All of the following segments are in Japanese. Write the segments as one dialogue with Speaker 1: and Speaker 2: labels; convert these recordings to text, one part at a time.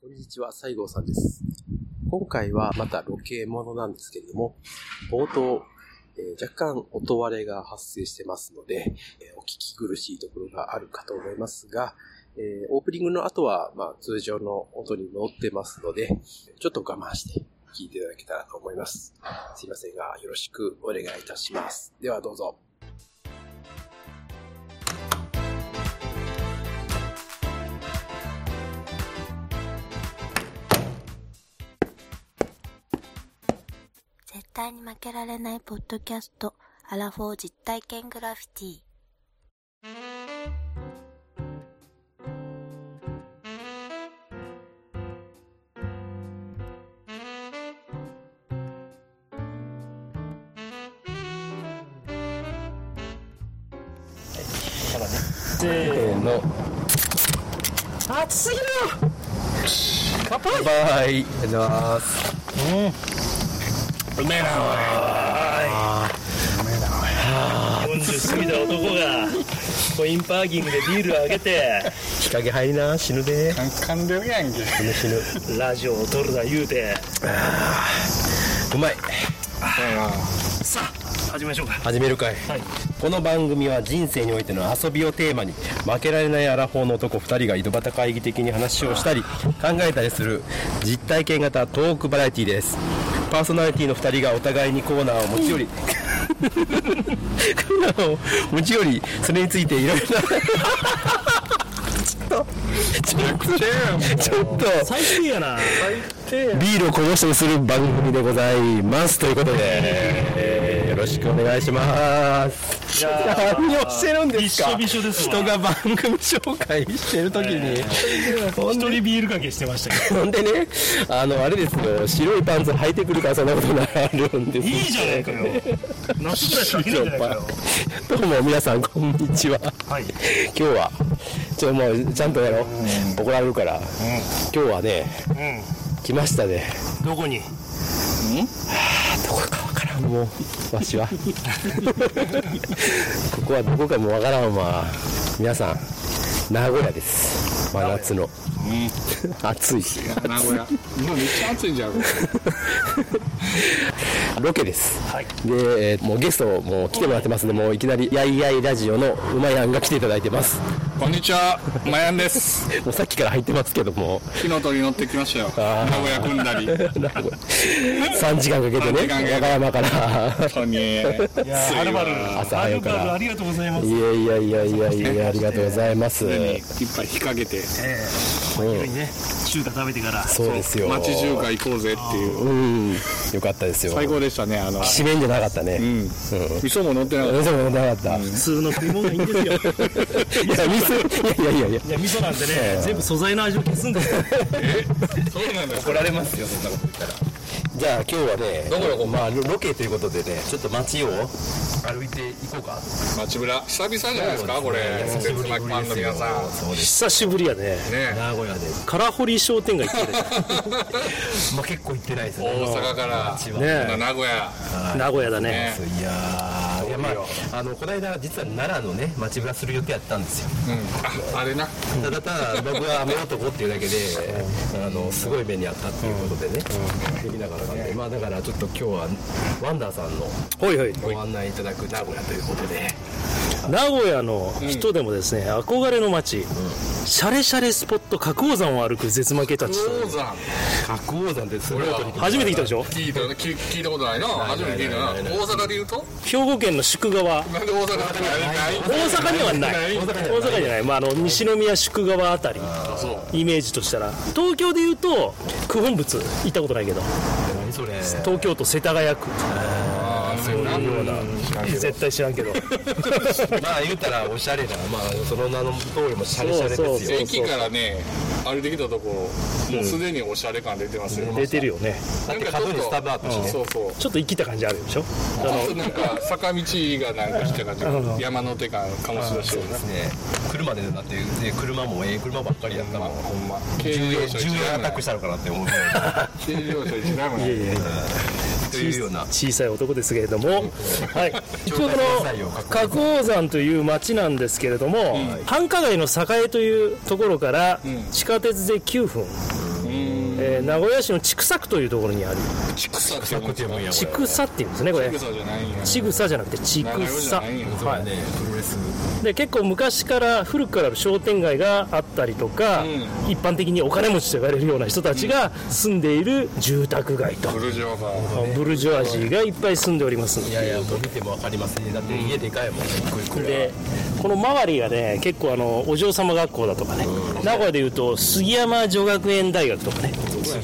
Speaker 1: こんにちは、西郷さんです。今回はまたロケものなんですけれども、冒頭、えー若干音割れが発生してますので、えーお聞き苦しいところがあるかと思いますが、えーオープニングの後は、まあ、通常の音に戻ってますので、ちょっと我慢して聞いていただけたらと思います。すいませんが、よろしくお願いいたします。ではどうぞ。
Speaker 2: 絶対に負けられないポッドキャスト、アラフォー実体験グラフィティ。
Speaker 3: せーの熱すぎる乾杯
Speaker 4: はい、ありがとうございます。
Speaker 3: うめえなおい40過ぎた男がコインパーキングでビールをあげて
Speaker 4: 日陰入りな、死ぬで。
Speaker 5: カンカンでるやんけ
Speaker 4: 死ぬ死ぬ。
Speaker 3: ラジオを撮るな言うて
Speaker 4: うまい。
Speaker 3: さあ始めましょうか
Speaker 4: 始めるかい。
Speaker 3: はい
Speaker 4: この番組は人生においての遊びをテーマに、負けられないアラフォーの男2人が井戸端会議的に話をしたり、考えたりする実体験型トークバラエティです。パーソナリティの2人がお互いにコーナーを持ち寄り、コーナーを持ち寄り、それについていろいろな。ちょっと、ちょっと、
Speaker 3: 最低やな
Speaker 4: ビールをこぼしてする番組でございますということで、えーよろしくお願いします
Speaker 3: いやー
Speaker 4: 何をしてるんですか
Speaker 3: びっしょびしょですわ
Speaker 4: 人が番組紹介してる時に、
Speaker 3: 一人ビールかけしてましたけ
Speaker 4: ほんでねあのあれですよ白いパンツ履いてくるからそんなことになるんです
Speaker 3: どいいじゃないかよ夏ぐらいしかけないじゃないかよ
Speaker 4: どうも皆さんこんにちは
Speaker 3: はい
Speaker 4: 今日はちょもうちゃんとやろう怒られるから、今日はね来ましたね
Speaker 3: どこに
Speaker 4: どこかわからんもうわしは ここはどこかもわからんわ皆さん名古屋です真夏の、暑い
Speaker 5: 名古屋今めっちゃ暑いんじゃんこれ
Speaker 4: ロケです、
Speaker 3: はい
Speaker 4: で、えーもうゲストもう来てもらってますんでもういきなりやいやいラジオのうまやんが来ていただいてます
Speaker 5: こんにちはまやんです
Speaker 4: もうさっきから入ってますけども
Speaker 5: 火の鳥乗ってきましたよ名古屋組んだり
Speaker 4: 3時間かけて
Speaker 5: 三
Speaker 4: ね
Speaker 5: 時間かけて
Speaker 4: 和歌山から
Speaker 5: 本当に
Speaker 3: いやはるばる
Speaker 4: 朝
Speaker 3: は
Speaker 4: 早
Speaker 3: る
Speaker 4: うか
Speaker 3: ば
Speaker 4: ら
Speaker 3: るありがとうございます
Speaker 4: いやいやいやいやいやありがとうございます
Speaker 5: 常にいっぱい引っ掛けて
Speaker 4: うん
Speaker 3: ね中華食べてから
Speaker 4: そうですよ
Speaker 5: 町中華行こうぜっていう
Speaker 4: うんよかったですよ
Speaker 5: 最高でしたねあの
Speaker 4: 締めんじゃなかったね、
Speaker 5: うん味噌も乗ってなかっ
Speaker 4: 嘘もなかった。
Speaker 3: 普通の食い物がいいんですよ
Speaker 4: いや、ミス、いやいやいやいや。
Speaker 3: いや味噌なんて ね全部素材の味を消すんですよ
Speaker 5: たそうなんだ怒られますよそんなこと
Speaker 4: じゃあ今日はね、どこどこ、まあロロケということでね、ちょっと街を歩いていこうか。
Speaker 5: 町村久々じゃないですかこれ
Speaker 4: 久しぶ
Speaker 5: 鉄
Speaker 4: り
Speaker 5: 巻ファンの皆さん
Speaker 4: そうです。
Speaker 3: 久しぶりやね
Speaker 5: ね
Speaker 4: 名古屋で、
Speaker 3: カラホリ商店街行ってる
Speaker 4: まあ結構行ってないですね。
Speaker 5: 大阪から
Speaker 4: 街
Speaker 5: こ
Speaker 4: は
Speaker 3: ね
Speaker 5: んな名古屋
Speaker 3: 名古屋だね
Speaker 5: ね
Speaker 4: そういやーいやまあ、あのこの間実は奈良のね街ぶらする予定やったんですよ
Speaker 5: うんああれな
Speaker 4: ただただ僕は雨男っていうだけであのすごい目にあったっていうことでね、できなかったんで、まあだからちょっと今日はワンダーさんの
Speaker 3: ほいほい
Speaker 4: ご案内いただく名古屋ということで
Speaker 3: 名古屋の人でもですね、憧れの街、シャレシャレスポット花崗山を歩く絶負けたちと
Speaker 5: 鉱山
Speaker 4: 角王山ってそれを取り
Speaker 3: 初めて来たでしょ
Speaker 5: 聞いた聞聞いたことないな初めて聞いたな大阪で言うと
Speaker 3: 兵庫県の宿川
Speaker 5: なんで大阪でない
Speaker 3: 大阪にはない
Speaker 5: ない
Speaker 3: 大
Speaker 4: 阪にはない
Speaker 3: 阪じゃない、まあ、あの西宮宿川あたり
Speaker 5: そう
Speaker 3: イメージとしたら東京でいうと九本仏行ったことないけど
Speaker 4: 何それ
Speaker 3: 東京都世田谷区
Speaker 5: あそうなんだ
Speaker 3: 絶 対知らんけど
Speaker 4: まあ言うたらおしゃれなまあその名の通りもシャレシャレですよ
Speaker 3: そうそう
Speaker 5: 駅からね歩いてきたとこもうすでにおしゃれ感出てますよ
Speaker 3: 出てるよね
Speaker 4: だって角にスタバあったしね
Speaker 5: そうそう
Speaker 3: ちょっと生きた感じあるでしょあ
Speaker 5: ちょっ
Speaker 3: の
Speaker 5: となんか坂道がなんか来た感じ山手感醸し出してるな
Speaker 4: ね車でだって、ね、車もええ車ばっかりやったもん
Speaker 5: ほんま軽
Speaker 4: 10
Speaker 5: 乗
Speaker 4: 円
Speaker 5: 車
Speaker 4: 10円アタックしたのかなって思うぐらい
Speaker 5: 軽乗車一台もない
Speaker 3: いやいやいや
Speaker 4: というような
Speaker 3: 小さい男ですけれども、はい、一応こ
Speaker 4: くださいよ
Speaker 3: の加工山という町なんですけれども、繁華街の栄というところから地下鉄で9分えー名古屋市の千種区というところにある
Speaker 5: ちくさって言うんですか
Speaker 6: や
Speaker 3: 千種っていうんですねこれ
Speaker 5: ちくさじゃないんや
Speaker 3: 千草じゃなくて千
Speaker 5: 長与じ
Speaker 3: 草
Speaker 5: ゃないんや
Speaker 3: は
Speaker 6: ねプロレス
Speaker 3: い、で結構昔から古くからある商店街があったりとか、
Speaker 5: う
Speaker 3: 一般的にお金持ちと言われるような人たちが住んでいる住宅街と、
Speaker 5: ブルジョーバー
Speaker 3: ブルジョアジーがいっぱい住んでおります
Speaker 6: いやいやもう見ても分かりますねだって家でかいもん一個一個が
Speaker 3: でこの周りがね結構あのお嬢様学校だとかね名古屋でいうと杉山女学園大学とかね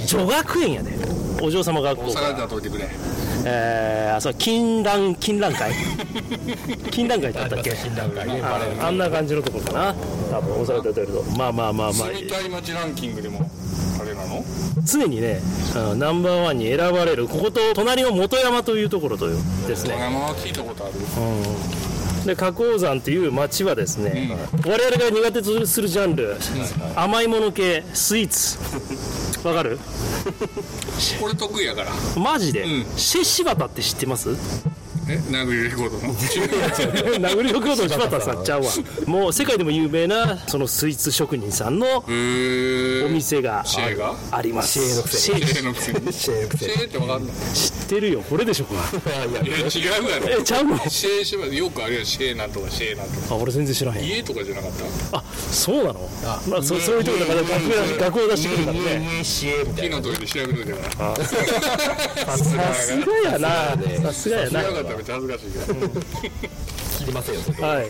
Speaker 3: 女学園やねお嬢様学
Speaker 5: 大
Speaker 3: 校
Speaker 5: 阪では解いてくれ
Speaker 3: えー、あそう金蘭金蘭会金蘭会ってあったっけ
Speaker 6: 金蘭会ねバレる
Speaker 3: ああんな感じのとこかな多分大阪で例えるとまあまあまあまあ
Speaker 5: 住みたい街ランキングでもあれなの
Speaker 3: 常にねあのナンバーワンに選ばれるここと隣の元山というところというです
Speaker 5: ド
Speaker 3: ね
Speaker 5: ラマは聞いたことある
Speaker 3: で花崗山という町はですね、我々が苦手とするジャンル、甘いもの系スイーツわかる
Speaker 5: これ得意やから
Speaker 3: マジで、
Speaker 5: うん
Speaker 3: シェ・シバタって知ってます
Speaker 5: え殴りレコードの
Speaker 3: 殴り横丁の柴田さんちゃうわもう世界でも有名なそのスイーツ職人さんの
Speaker 5: お
Speaker 3: お店が
Speaker 5: シェーが
Speaker 3: ありますシェ
Speaker 5: シェーのくせにシェーってわかんない
Speaker 3: 知ってるよこれでしょこれ
Speaker 5: いや違うやろ
Speaker 3: えちゃうの
Speaker 5: シェーシェーよくあるやんシェーなんとかシェーなんとか
Speaker 3: あ俺全然知らへん
Speaker 5: 家とかじゃなかった
Speaker 3: あそうなのまあ、そそういうとこだから学校出し学校出してくるからね
Speaker 5: 木の時で調べといてから
Speaker 3: さすがやな。さすがや
Speaker 5: 知
Speaker 3: な
Speaker 5: ら。なかったらめっちゃ恥ずかしいけど
Speaker 3: はい。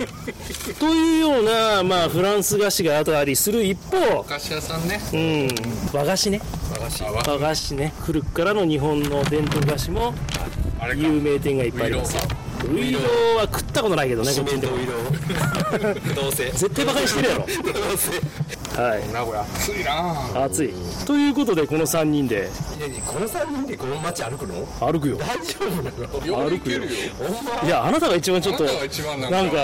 Speaker 3: というような、まあ、フランス菓子があったりする一方、
Speaker 5: 菓子屋さんね
Speaker 3: うん、和菓子ね。
Speaker 5: 和菓子あ
Speaker 3: 和菓子ね。古くからの日本の伝統菓子も
Speaker 5: あれか
Speaker 3: 有名店がいっぱいあります。ウイローは食ったことないけどね、こっちでも。
Speaker 6: どうせ
Speaker 3: 絶対バカにしてる やろ。はい。
Speaker 5: 名古屋暑いな
Speaker 3: 暑い。ということで、この3人で
Speaker 6: この3人でこの街歩くの
Speaker 3: 歩くよ。
Speaker 6: 大丈夫なの
Speaker 5: よく行けるよ
Speaker 3: いや、あなたが一番ちょっと
Speaker 5: あなたが一番な、んか
Speaker 3: なんか、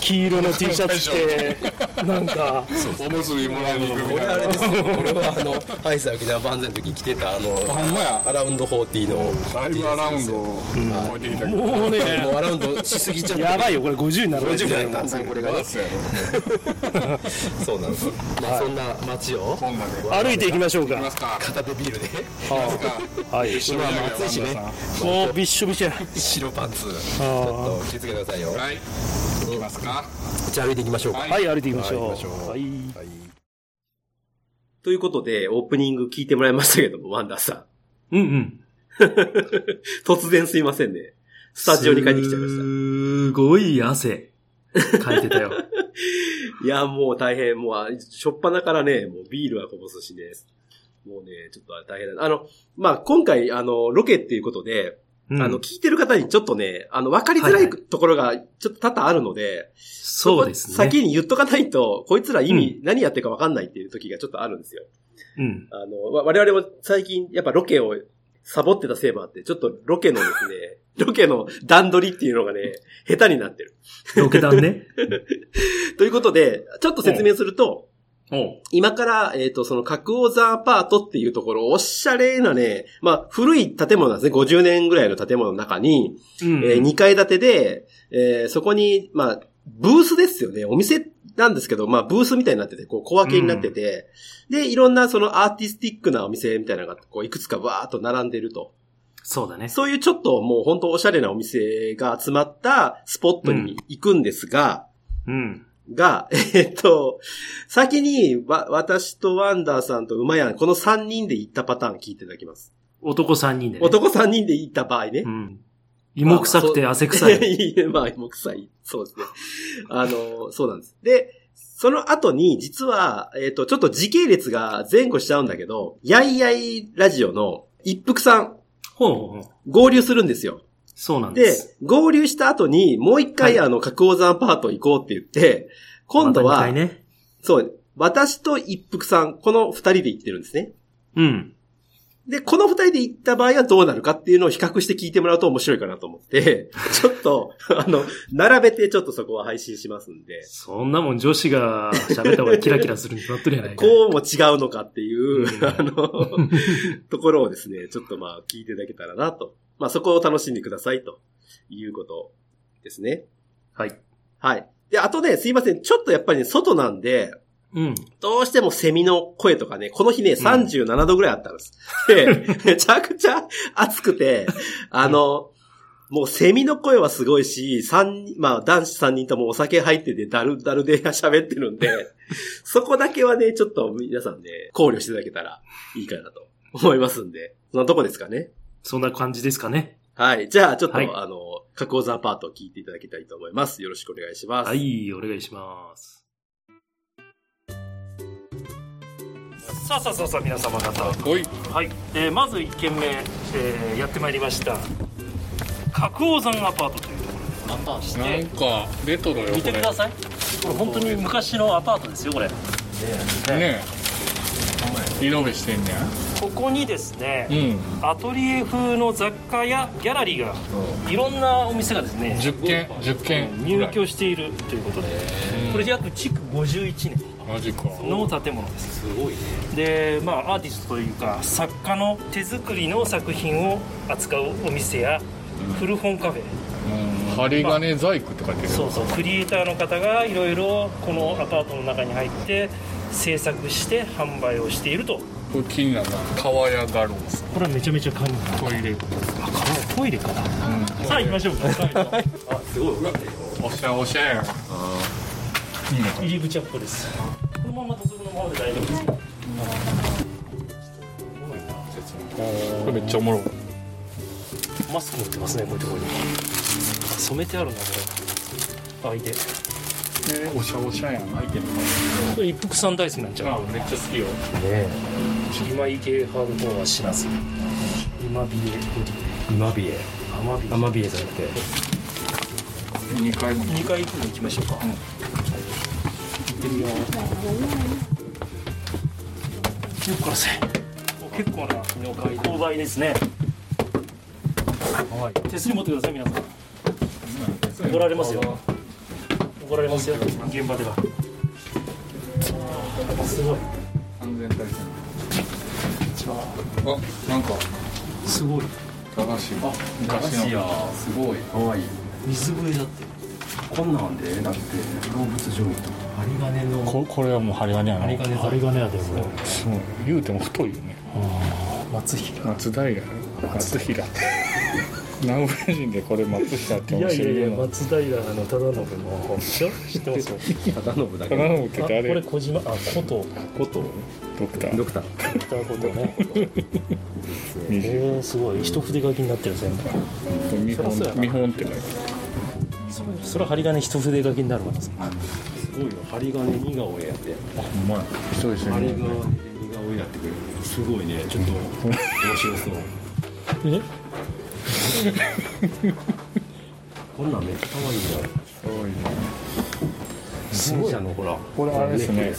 Speaker 3: 黄色の T シャツ着て、なんか、
Speaker 5: おむすびもらいに行くみたいな
Speaker 6: あれ ですよ俺はあのアイス沖縄万歳の時に着てたあの
Speaker 5: ほんまや
Speaker 6: アラウンド40の
Speaker 5: だいぶアラウンドを置いてきたけど
Speaker 3: もうね、
Speaker 6: もうアラウンドしすぎちゃって
Speaker 3: やばいよ、これ50になる
Speaker 6: 50代なんですよこれがね
Speaker 5: そうやろ
Speaker 6: そうなんですよまあそんな街を
Speaker 5: こんなんで行
Speaker 3: 歩いていきましょう
Speaker 5: きま
Speaker 3: か。
Speaker 5: すか
Speaker 6: 片手ビールで
Speaker 5: 行きますか
Speaker 3: はい
Speaker 5: 一緒に
Speaker 6: まあ暑いしね
Speaker 5: ワンダさ
Speaker 3: もうびっしょびしょや。
Speaker 6: 白パンツちょっと気をつけてくださいよ
Speaker 5: んはい行きますか
Speaker 6: じゃあ歩いていきましょうか
Speaker 5: はい
Speaker 3: はい、歩いていきま
Speaker 6: は
Speaker 3: し
Speaker 6: い
Speaker 3: ょ
Speaker 6: 行きましょ
Speaker 3: う。
Speaker 6: う
Speaker 3: はい。
Speaker 4: ということで、オープニング聞いてもらいましたけども、ワンダーさ
Speaker 3: うんうん。
Speaker 4: ん。突然すいませんね。スタジオに帰ってきちゃいまし
Speaker 7: すごい汗、かいてた よ。
Speaker 4: た。いや、もう大変、もう、あしょっぱなからね、もうビールはこぼすしね。もうね、ちょっとあれ大変だ。あの、まあ、今回、あの、ロケっていうことで、
Speaker 7: うん
Speaker 4: あの、聞いてる方にちょっとね、あの、わかりづら
Speaker 7: はい
Speaker 4: い
Speaker 7: は
Speaker 4: ところがちょっと多々あるので、
Speaker 7: そうですね。
Speaker 4: こ先に言っとかないと、こいつら意味、何やってるかわかんないっていう時がちょっとあるんですよ。
Speaker 7: うん。
Speaker 4: あの、わ我々も最近、やっぱロケをサボってたせいもあって、ちょっとロケのですね、 ロケの段取りっていうのがね、下手になってる。
Speaker 7: ロケ団ね。
Speaker 4: ということで、ちょっと説明すると、
Speaker 7: お
Speaker 4: 今から、えっ、と、その、角王座アパートっていうところ、おしゃれなね、まあ、古い建物なんですね。50年ぐらいの建物の中に、
Speaker 7: うん
Speaker 4: え2階建てで、えーそこに、まあ、ブースですよね。お店なんですけど、まあ、ブースみたいになってて、こう、小分けになってて、で、いろんな、その、アーティスティックなお店みたいなのが、こう、いくつかわーっと並んでると。
Speaker 7: そうだね。
Speaker 4: そういうちょっともう本当おしゃれなお店が集まったスポットに行くんですが、
Speaker 7: うん。
Speaker 4: が、 えっと、先にわ、私とワンダーさんと馬やん、この3人で行ったパターン聞いていただきます。
Speaker 7: 男3人でね。
Speaker 4: 男3人で行った場合ね
Speaker 7: う。ん。芋臭くて汗臭 い。
Speaker 4: いや。まあ、もう臭い。そうですね。あの、そうなんです。で、その後に、実は、えっ、と、ちょっと時系列が前後しちゃうんだけど、やいやいラジオの一服さん、
Speaker 7: ほうほうほう。
Speaker 4: 合流するんですよ。
Speaker 7: そうなんで
Speaker 4: で、
Speaker 7: す。
Speaker 4: 合流した後に、もう一回、あの、角王山パート行こうって言って、今度
Speaker 7: ま
Speaker 4: は、
Speaker 7: た二回ね。
Speaker 4: そう、私と一服さん、この二人で行ってるんですね。
Speaker 7: うん。
Speaker 4: で、この二人で行った場合はどうなるかっていうのを比較して聞いてもらうと面白いかなと思って、 ちょっと、あの、並べてちょっとそこは配信しますんで、
Speaker 7: そんなもん女子が喋った方がキラキラするに決まっとるやないか。
Speaker 4: こうも違うのかっていう、
Speaker 7: うん
Speaker 4: あの、ところをですね、ちょっとまあ聞いていただけたらなと。まあそこを楽しんでくださいということですね。
Speaker 7: はい。
Speaker 4: はい。で、あとね、すいません。ちょっとやっぱりね、外なんで、
Speaker 8: うん。
Speaker 9: どうしてもセミの声とかね、この日ね、37度ぐらいあったんです。で、めちゃくちゃ暑くて、あの、もうセミの声はすごいし、三人、まあ男子3人ともお酒入ってて、だるだるで喋ってるんで、そこだけはね、ちょっと皆さんね、考慮していただけたらいいかなと思いますんで、そのとこですかね。
Speaker 3: そんな感じですかね。
Speaker 9: はい。じゃあ、ちょっと、
Speaker 3: はい
Speaker 9: あの、加工ザパートを聞いていただきたいと思います。よろしくお願いします。
Speaker 3: はい、お願いします。さあさあさあさあ皆様方。
Speaker 5: おい
Speaker 3: はい、えーまず1軒目、えーやってまいりました角王山アパートというところでアパートし
Speaker 5: なん
Speaker 3: て
Speaker 5: かレトロよこれ
Speaker 3: 見てくださいこれ本当に昔のアパートですよこれ
Speaker 5: いねリノベしてんね
Speaker 3: ここにですね、
Speaker 5: ん
Speaker 3: アトリエ風の雑貨やギャラリーがいろんなお店がですね
Speaker 5: 10軒10軒ぐ
Speaker 3: 入
Speaker 5: らい
Speaker 3: 居しているということでこれ約築51年
Speaker 5: マジか
Speaker 3: の建物ですすごいねでまあアーティストというか作家の手作りの作品を扱うお店や古本カフェ
Speaker 5: うん針金細工って書いてる
Speaker 3: そうそうクリエイターの方がいろいろこのアパートの中に入って制作して販売をしていると
Speaker 5: これ気になるな川屋画廊さん
Speaker 3: これはめちゃめちゃ簡単
Speaker 5: トイレうん
Speaker 3: あトイレかなさあ行きましょうか
Speaker 5: おしゃおしゃやんいいね
Speaker 3: 入り口はここですこのまま土足のままで大丈夫です
Speaker 5: これめっちゃおもろい
Speaker 3: マスク持ってますねこういうところに染めてあるなこれ開いて
Speaker 5: えーおしゃおしゃやんアイテム
Speaker 3: これ一服さん大好きなんちゃう
Speaker 5: あめっちゃ好きよ
Speaker 3: 今井系派の方は死なず今美恵
Speaker 4: 今ビエ
Speaker 3: 浜美
Speaker 4: 今ビエじゃなくて
Speaker 5: 2回も
Speaker 3: 2階行くの行きましょうか、行ってみようよっこらせ結構な勾配ですね手すり持ってください皆さん怒られますよ怒られますよ現場ではすごい
Speaker 5: 安全対策あなんか
Speaker 3: すごい
Speaker 5: 駄菓子あ昔の
Speaker 4: すごいかわいい
Speaker 3: 水笛だって
Speaker 4: こんなんでだって動物上位と針金の
Speaker 5: ここれはもう針金やな
Speaker 3: あれがねあれこれ
Speaker 5: そう言うても太いよね
Speaker 3: 松引
Speaker 5: 松平やろ松平って南部人でこれ松平って面白いよな
Speaker 3: 松平の忠信の知ってますよ
Speaker 4: 忠信だけ
Speaker 5: 金信って
Speaker 3: あこ
Speaker 5: 誰
Speaker 3: れ小島あこと
Speaker 4: こと
Speaker 5: ドクタ
Speaker 4: ド
Speaker 5: ー
Speaker 4: クター
Speaker 3: 来たことね
Speaker 5: 二十
Speaker 3: えー、すごい一筆書きになってる全部
Speaker 5: 見
Speaker 3: そりゃそうや
Speaker 5: 本
Speaker 3: な
Speaker 5: 見本って書いて
Speaker 3: それそれは針金一筆書きになるわけです
Speaker 4: すごいよ針金似顔絵やって
Speaker 5: あほんまや一人一緒
Speaker 4: あれ
Speaker 5: に
Speaker 4: が似顔絵やってくれるすごいねちょ っと面白そう
Speaker 3: え
Speaker 4: こんなんめっちゃ可愛いじゃん
Speaker 5: 多いな
Speaker 4: 自転車のほら
Speaker 5: これあれですね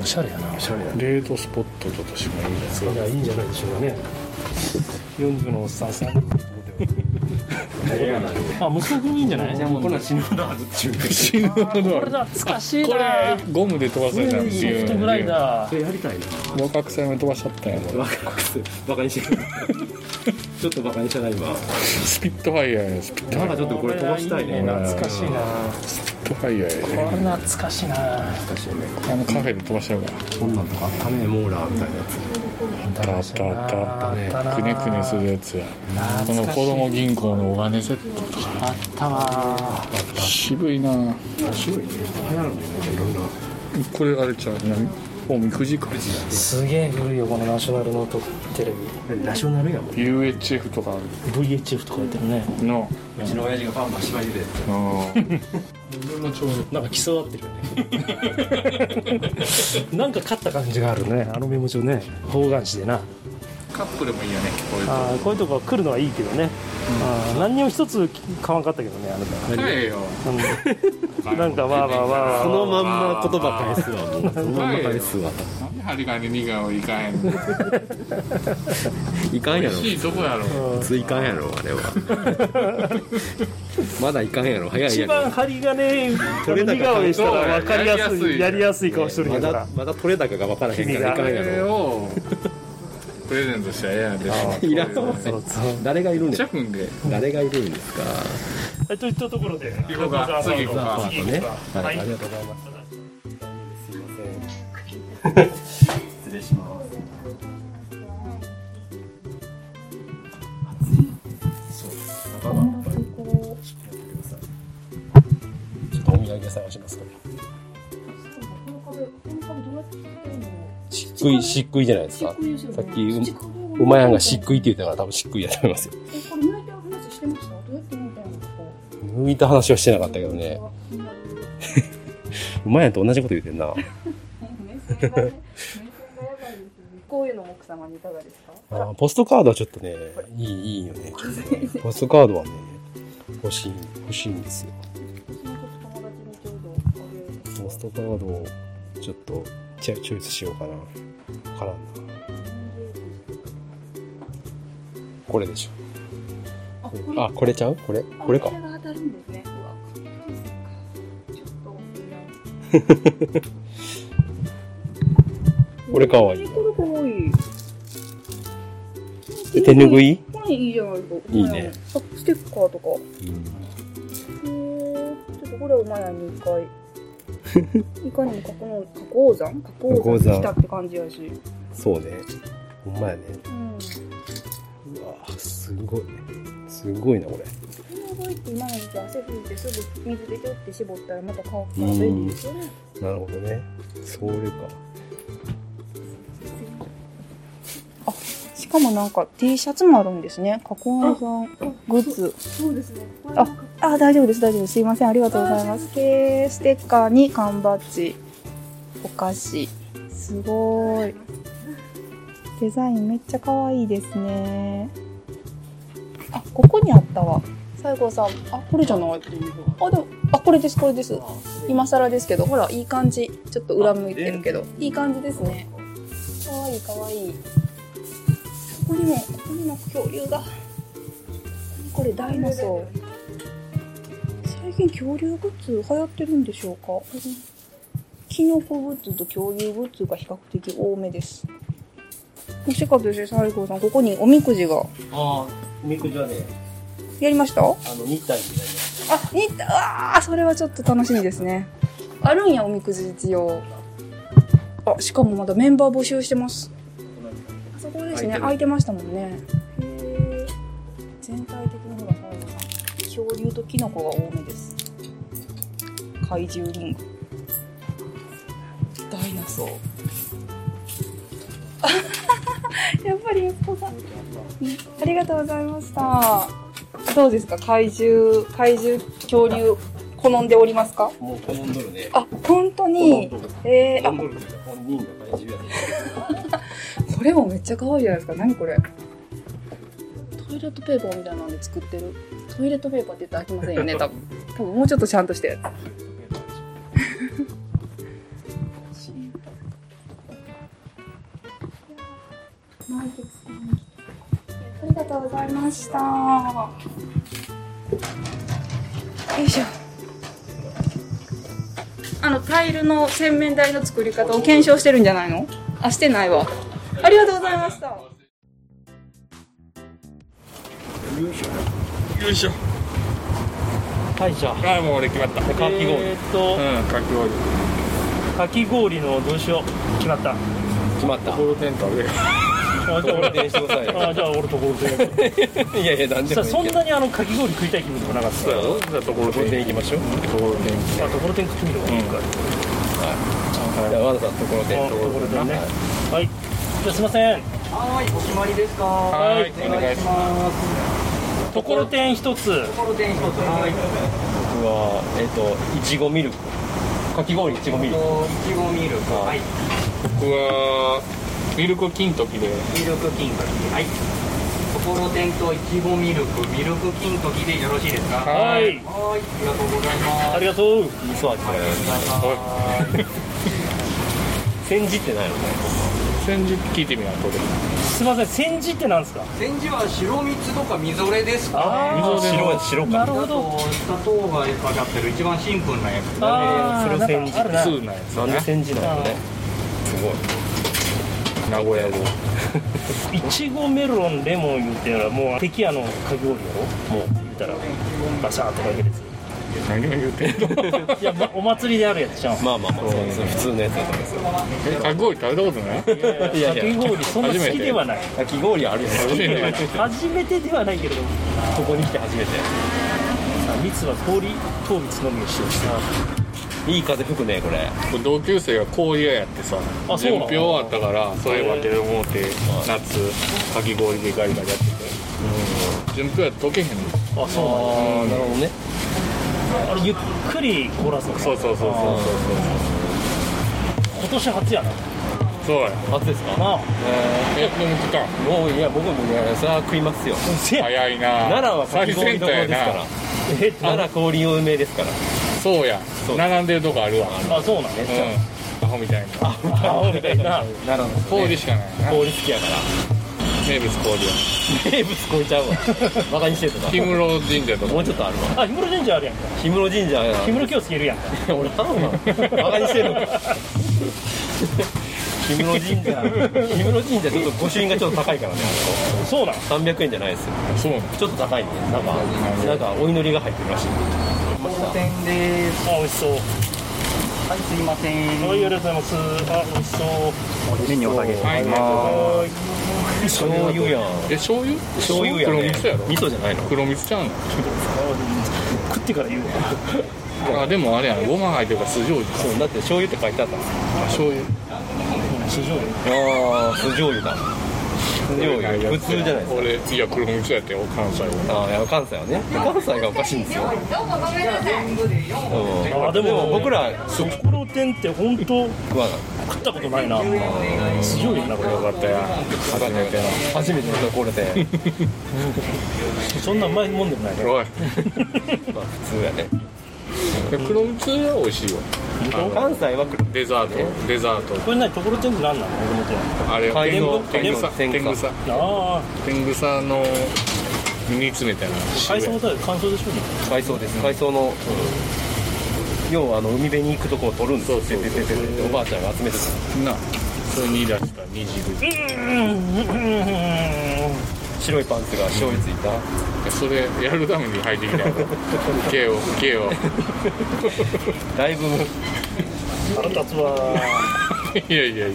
Speaker 3: おしゃれやなおしゃれや
Speaker 5: デートスポットとしてもいいんじゃないですか
Speaker 3: いやいいんじゃないでしょうかね40のおっさんさんあ向こう組いいんじゃない
Speaker 4: こんなん死ぬほど外ってる
Speaker 5: 死ぬほどあ
Speaker 3: これ
Speaker 5: る
Speaker 3: だ懐かしいな
Speaker 5: これゴムで飛ばされたんです
Speaker 3: ソ
Speaker 5: よ
Speaker 3: フトぐらいだ
Speaker 4: それやりたいな
Speaker 5: 若草山に飛ばしちゃったんやこれ
Speaker 4: バカバカにしてるちょっとバカにしたな今
Speaker 5: スピットファイヤーやスピット
Speaker 4: なんかちょっとこれ飛ばしたいね
Speaker 3: 懐かしいな
Speaker 5: ファイヤーや
Speaker 3: これ懐かしいな
Speaker 5: あのカフェで飛ばしちゃうから
Speaker 4: こんなんとかあったねモーラーみたいなや
Speaker 5: あったあったあったあ
Speaker 3: あ
Speaker 5: っ
Speaker 3: った
Speaker 5: た
Speaker 3: な
Speaker 5: ねくねくねするやつやこの
Speaker 3: 懐かしい
Speaker 5: 子供銀行のお金セットとか
Speaker 3: あったわ
Speaker 5: 渋いな
Speaker 4: つ白いね流行るねいろんな
Speaker 5: これあれちゃう何おみくじか
Speaker 3: すげえ古いよこのナショナルのとテレビ
Speaker 4: ナショナルやもん
Speaker 5: UHF とかあ
Speaker 3: VHF とかやってるね
Speaker 5: るの
Speaker 4: うちの親父がファンバシバシで
Speaker 5: あ
Speaker 3: なんか競わってるよねなんか勝った感じがあるねあのメモ帳ね方眼紙でな
Speaker 5: カップルもいいよねこういうと
Speaker 3: あーこういうとこ来るのはいいけどね、あー何にも一つ買わんかったけどねあ なた
Speaker 5: 高いよ
Speaker 3: うんなんかわーわーわーわー
Speaker 9: このまんま言葉返すわ、もう。そのまんま返すわ。
Speaker 5: なんで針金似顔いかへんの
Speaker 4: いかん
Speaker 5: 美
Speaker 4: やろ
Speaker 5: 味しいとこやろ
Speaker 9: 普通いかんやろ、あれは。
Speaker 4: まだいかんやろ早い
Speaker 3: 一
Speaker 4: やろ
Speaker 3: 番針金
Speaker 4: 取れな
Speaker 3: 似
Speaker 4: かった
Speaker 3: 顔絵したら分かりやす
Speaker 5: そう
Speaker 3: い
Speaker 5: や
Speaker 3: や
Speaker 5: り
Speaker 3: り
Speaker 5: や
Speaker 3: やすい顔しとるん
Speaker 4: ま
Speaker 3: やか
Speaker 4: だ
Speaker 3: ら
Speaker 4: まだ取れ高が分からへんからいか
Speaker 5: こ
Speaker 4: んや
Speaker 5: れ
Speaker 4: ろ
Speaker 5: をプレゼントしたらええやんで
Speaker 4: いらんわ
Speaker 3: そうそう
Speaker 4: 誰がいるん
Speaker 5: チ
Speaker 4: で
Speaker 5: ャフンで
Speaker 4: 誰がいるんですか
Speaker 3: はいといったところで
Speaker 5: 行こうか次行こうか
Speaker 3: 次行こうか
Speaker 4: はいありがとうございますすいません
Speaker 10: 失礼します。
Speaker 4: ちょっとお土産探しますか漆喰、漆喰じゃないですか。さっきう、うまやんが漆喰って言ったから多分漆喰やと思いますよ。
Speaker 7: えこれ抜いてる話してましたどうやって抜いたのこ
Speaker 4: 抜いた話はしてなかったけどね。
Speaker 7: うね
Speaker 4: うまやんと同じこと言うてんな。
Speaker 7: それがねこういうのも奥様にいかがですか
Speaker 4: あーポストカードはちょっとね、いい、いいよね。ちょっと ねポストカードはね、欲しい、欲しいんですよ。
Speaker 7: 私もちょっと友達にちょうどあげようと
Speaker 4: ポストカードをちょっとチョチョイスしようかな。わからんな。これでし
Speaker 7: あこ
Speaker 4: ょ。あ、これちゃうこれこれか
Speaker 7: こ。れが当たるんですねうわちょっとお手紙
Speaker 4: これかわいい
Speaker 7: えこれかわいい
Speaker 4: で手拭い
Speaker 7: これいいじゃないですか
Speaker 4: いいね
Speaker 7: あステッカーとかへーちょっとこれをマヤに一 回いかにも加工加工山加工山来たって感じやし、
Speaker 4: そうね。ほんまやね。
Speaker 7: うん、
Speaker 4: うわぁすごいね。すごいな、これ。
Speaker 7: この場合って今の時期汗拭いてすぐ水でちょって絞ったらまた乾くから便利ですよね
Speaker 4: なるほどね。それか。
Speaker 7: しかもなんか T シャツもあるんですね加工さんグッズ
Speaker 11: そうですね。
Speaker 7: ああ大丈夫です大丈夫ですすいませんありがとうございますへーステッカーに缶バッジお菓子すごいデザインめっちゃ可愛いですねあここにあったわ西郷さんあこれじゃないあでもあこれですこれです今更ですけどほらいい感じちょっと裏向いてるけどいい感じですね可愛い可愛いここにもここにも恐竜がこれダイナソー最近恐竜グッズ流行ってるんでしょうかキノコグッズと恐竜グッズが比較的多めですもしかとして西郷さんここにおみくじが
Speaker 10: ああ、おみくじはね、
Speaker 7: やりましたあ
Speaker 10: あの、2体になります。
Speaker 7: 似たあーそれはちょっと楽しみですねあるんやおみくじ実用あしかもまだメンバー募集してますあそこですね空いてましたもんねへえ全体的にほら西郷さん恐竜とキノコが多めです怪獣リングダイナソー やっぱりゆっこさんありがとうございましたどうですか怪獣怪獣恐竜好んでおりますか
Speaker 4: もう好んどるね。
Speaker 7: あ本当にえー、あ
Speaker 4: 好んどるけど、本人が大事やね。
Speaker 7: これもめっちゃ可愛いじゃないですか何これトイレットペーパーみたいなんで作ってるトイレットペーパーって言ったら飽きません よね多分多分もうちょっとちゃんとしたや つ満喫さんありがとうございましたよいしょあのタイルの洗面台の作り方を検証してるんじゃないのあしてないわありがとうございました。
Speaker 5: よいしょ
Speaker 3: はいじゃ
Speaker 5: ああもう俺決まったかき
Speaker 3: あ
Speaker 5: 氷うん
Speaker 3: えーっと
Speaker 5: かき
Speaker 3: かき
Speaker 5: 氷
Speaker 3: 氷のどうしよう決まった
Speaker 4: 決まった。
Speaker 5: ゴールテントあげる
Speaker 3: あじゃあ俺
Speaker 4: してくださいよ
Speaker 3: あじゃあ俺とゴールデンウィー
Speaker 4: いやいや、なん
Speaker 3: ク
Speaker 4: で
Speaker 3: さ
Speaker 4: も
Speaker 3: あ
Speaker 4: いいけ
Speaker 3: そん
Speaker 4: ど。
Speaker 3: なにあのかき氷食いたい気分でもなかった
Speaker 4: そうやろじゃあ、ところで行きましょう。
Speaker 5: ゴールテン
Speaker 3: あとこの点食ってみるかいいか
Speaker 4: じゃあ、和田さん、ところで。
Speaker 3: あところでねはいじゃあすいません
Speaker 11: はい、お決まりですか。
Speaker 5: ト
Speaker 11: は
Speaker 5: はいお願いしま
Speaker 3: ところてん一つ
Speaker 11: い。ところで一つ。はい。
Speaker 4: 僕は、えっ、と、いちごミルク。かき氷いちごミルク。
Speaker 11: といちごミルク。はい。
Speaker 5: す僕はミルク金時で
Speaker 11: ミルク金時。はい。ところてんといちごミルク、ミルク金時でよろしいですか。は
Speaker 3: はい
Speaker 11: い。ありがとうござい
Speaker 3: あ
Speaker 11: ます。
Speaker 3: りがとう
Speaker 4: 味噌味煎じってないのね。
Speaker 5: 先日聞いてみなこれ
Speaker 3: すいません煎じってなんですか
Speaker 11: 煎じは白蜜とかみぞれですかね。
Speaker 3: あー
Speaker 4: 白は白
Speaker 3: な
Speaker 4: か。
Speaker 3: るほ
Speaker 11: あ
Speaker 3: ど
Speaker 11: と砂糖がかかってる一番シンプルなやつですね。
Speaker 3: あー
Speaker 4: それを煎じ
Speaker 3: なんかある
Speaker 5: 通なやつ
Speaker 4: な
Speaker 5: だ
Speaker 4: ん
Speaker 5: ね
Speaker 4: で煎じなのね。すごい。
Speaker 5: 名古屋語
Speaker 3: ないちごメロンレモン言うてたらもう敵やのかき氷やろもう言うたらバシャーってかけるやつ
Speaker 5: 何を言うてんの
Speaker 3: いや、まお祭りであるやつじゃん。
Speaker 4: まあまあまあ、そうです普通のやつだと思いますよ。
Speaker 5: えかき氷食べたことない
Speaker 3: いやいや、かき氷そんな好きではない。
Speaker 4: かき氷あるよね。
Speaker 5: 初めて
Speaker 3: 初めてではないけれども、ここに来て初めて。さあ、蜜は氷、糖蜜のみを使用した。
Speaker 4: いい風吹くね、これ。
Speaker 5: 同級生が氷屋やってさ
Speaker 3: あそう
Speaker 5: 準
Speaker 3: なの
Speaker 5: 備終わったからそれ分けて思うて夏かき氷でガリガリやってて準備やと溶けへんの
Speaker 3: あ、そうなんだ
Speaker 4: ああ、なるほどね。
Speaker 3: あれゆっくり凍らすのか
Speaker 5: そうそうそうそうそう
Speaker 3: 今年初やな
Speaker 5: そうそうや
Speaker 4: 初ですか
Speaker 3: まあ
Speaker 5: えでも来たん
Speaker 4: もういや、僕もね、それは食いますよ。
Speaker 3: せや
Speaker 5: 早いな
Speaker 4: 奈良はか
Speaker 5: 最
Speaker 4: き氷
Speaker 5: 先
Speaker 4: どころ
Speaker 5: 端や
Speaker 4: ですから
Speaker 5: な。
Speaker 3: え
Speaker 4: 奈良氷有名ですから。
Speaker 5: そうや
Speaker 4: そう
Speaker 5: 並んでるとこあるわ
Speaker 3: あそうなんね
Speaker 5: うんアホみたいな
Speaker 3: あみたいな
Speaker 4: 奈良の
Speaker 5: 氷しかないな
Speaker 4: 氷好きやから。
Speaker 5: 名物氷や
Speaker 4: 名物超えちゃうわ。バカにしてるとか。
Speaker 5: 氷室神社とか
Speaker 4: もうちょっとあるわ。
Speaker 3: あ氷室神社あるやんか
Speaker 4: 氷室神社や。
Speaker 3: 氷室京介いるやんか
Speaker 4: 俺頼むな。バカにしてるのか。氷室神社。氷室神社ちょっと御朱印がちょっと高いからね。
Speaker 3: そうなん
Speaker 4: 300円じゃないですよ。
Speaker 5: そうなん
Speaker 4: ちょっと高いね。なんか、なんかお祈りが入ってるらしい。
Speaker 11: 当店です。
Speaker 3: あ美味しそう
Speaker 11: はい、すいませ
Speaker 3: はいあり
Speaker 11: ん。
Speaker 3: がとうございますあ美味しそう
Speaker 11: メニューお下げします。
Speaker 4: 醤
Speaker 3: は
Speaker 4: 油やん。
Speaker 5: え醤油
Speaker 4: 醤油や
Speaker 5: 黒
Speaker 4: ね。
Speaker 5: 蜜やろ
Speaker 4: 味噌じゃないの。
Speaker 5: 黒蜜ちゃう
Speaker 3: ーい食ってから言うね
Speaker 5: のあでもあれやんごま入ってるから酢醤油
Speaker 4: そう、だって醤油って書いてあったもん
Speaker 5: 醤油
Speaker 3: 酢醤油
Speaker 4: ああ、酢醤油だ。酢醤油、普通じゃないですか。
Speaker 5: 俺いや黒蜜やってよ関西は
Speaker 4: ああ、いや関西はね。関西がおかしいんですよ。うん
Speaker 3: あでも
Speaker 4: でも僕ら
Speaker 3: そこの店って本当
Speaker 4: 食わない。
Speaker 3: 食ったことないな酢醤油なこれよかったや
Speaker 5: 初めて
Speaker 4: 初めてのところで、
Speaker 3: そんなうまいもんでもないね
Speaker 5: のおい
Speaker 4: まあ普通やね。
Speaker 5: 黒蜜は美味しいよ
Speaker 4: 関西は黒
Speaker 5: デザートデザート
Speaker 3: これ何ところてんって何なのもと
Speaker 5: あれ
Speaker 4: 海
Speaker 5: 天
Speaker 4: 藻
Speaker 5: 狗天草
Speaker 4: 天
Speaker 5: 天
Speaker 4: 草
Speaker 5: 草
Speaker 3: あ
Speaker 5: 天草の煮詰めたや
Speaker 3: あ
Speaker 5: つ
Speaker 3: 海藻だよ乾燥でしょうね
Speaker 4: 海藻です。海藻の、要はあの海辺に行くとこを取るんですよ。
Speaker 5: そうそう
Speaker 4: ててててておばあちゃんが集めてた。
Speaker 5: なそれ煮出した煮汁
Speaker 4: 白いパンツが醤油ついた。
Speaker 5: それやるために入ってきた やろけよけよ
Speaker 4: だいぶ
Speaker 3: 腹立つわ
Speaker 5: いやい やい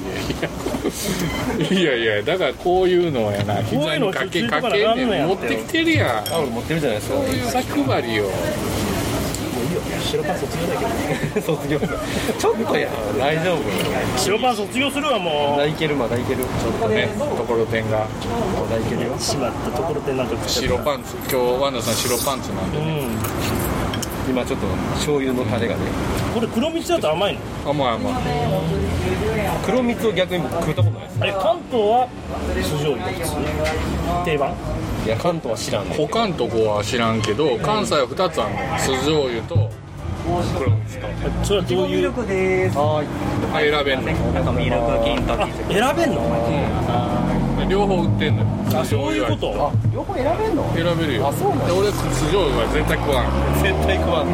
Speaker 5: やいやいやいやだからこういうのやな
Speaker 3: こう
Speaker 5: 膝
Speaker 3: いうの
Speaker 5: にかけ
Speaker 3: 普通
Speaker 5: か
Speaker 3: に
Speaker 5: け
Speaker 3: とかなん
Speaker 5: ね
Speaker 3: のや
Speaker 5: ん持
Speaker 3: っ
Speaker 5: っててきてるやん
Speaker 4: タオル持ってるじゃないですか
Speaker 5: こういう気配りよ
Speaker 3: 白パン卒業だけど。
Speaker 4: 卒業。ちょっとや大丈夫。
Speaker 3: 白パン卒業するわも
Speaker 4: まだいけるまだいける。ちょっと
Speaker 5: ねところてんが
Speaker 4: まだいけるよ。
Speaker 3: うしまったところでなんか食っちゃ
Speaker 5: 白
Speaker 3: った
Speaker 5: パンツ今日ワンダさん白パンツなんで
Speaker 3: うん
Speaker 4: 今ちょっと醤油のタレがね
Speaker 3: これ黒蜜だと甘いの
Speaker 5: 甘い甘い
Speaker 4: 黒蜜を逆に僕食ったことないです
Speaker 3: あれ関東は酢醤油です定番
Speaker 4: いや関東は知らんね
Speaker 5: 他んとこは知らんけど関西は2つあんの酢醤油と黒蜜と
Speaker 3: それはどういう
Speaker 5: あ選べんの
Speaker 11: ミルク金時。
Speaker 3: 選べんの
Speaker 5: 両方売ってんのよ
Speaker 3: あそういうこと
Speaker 4: 両方選べんの
Speaker 5: 選べるよ
Speaker 4: あそうなんだ
Speaker 5: で俺酢醤油は絶対食わん
Speaker 4: 絶対食わんね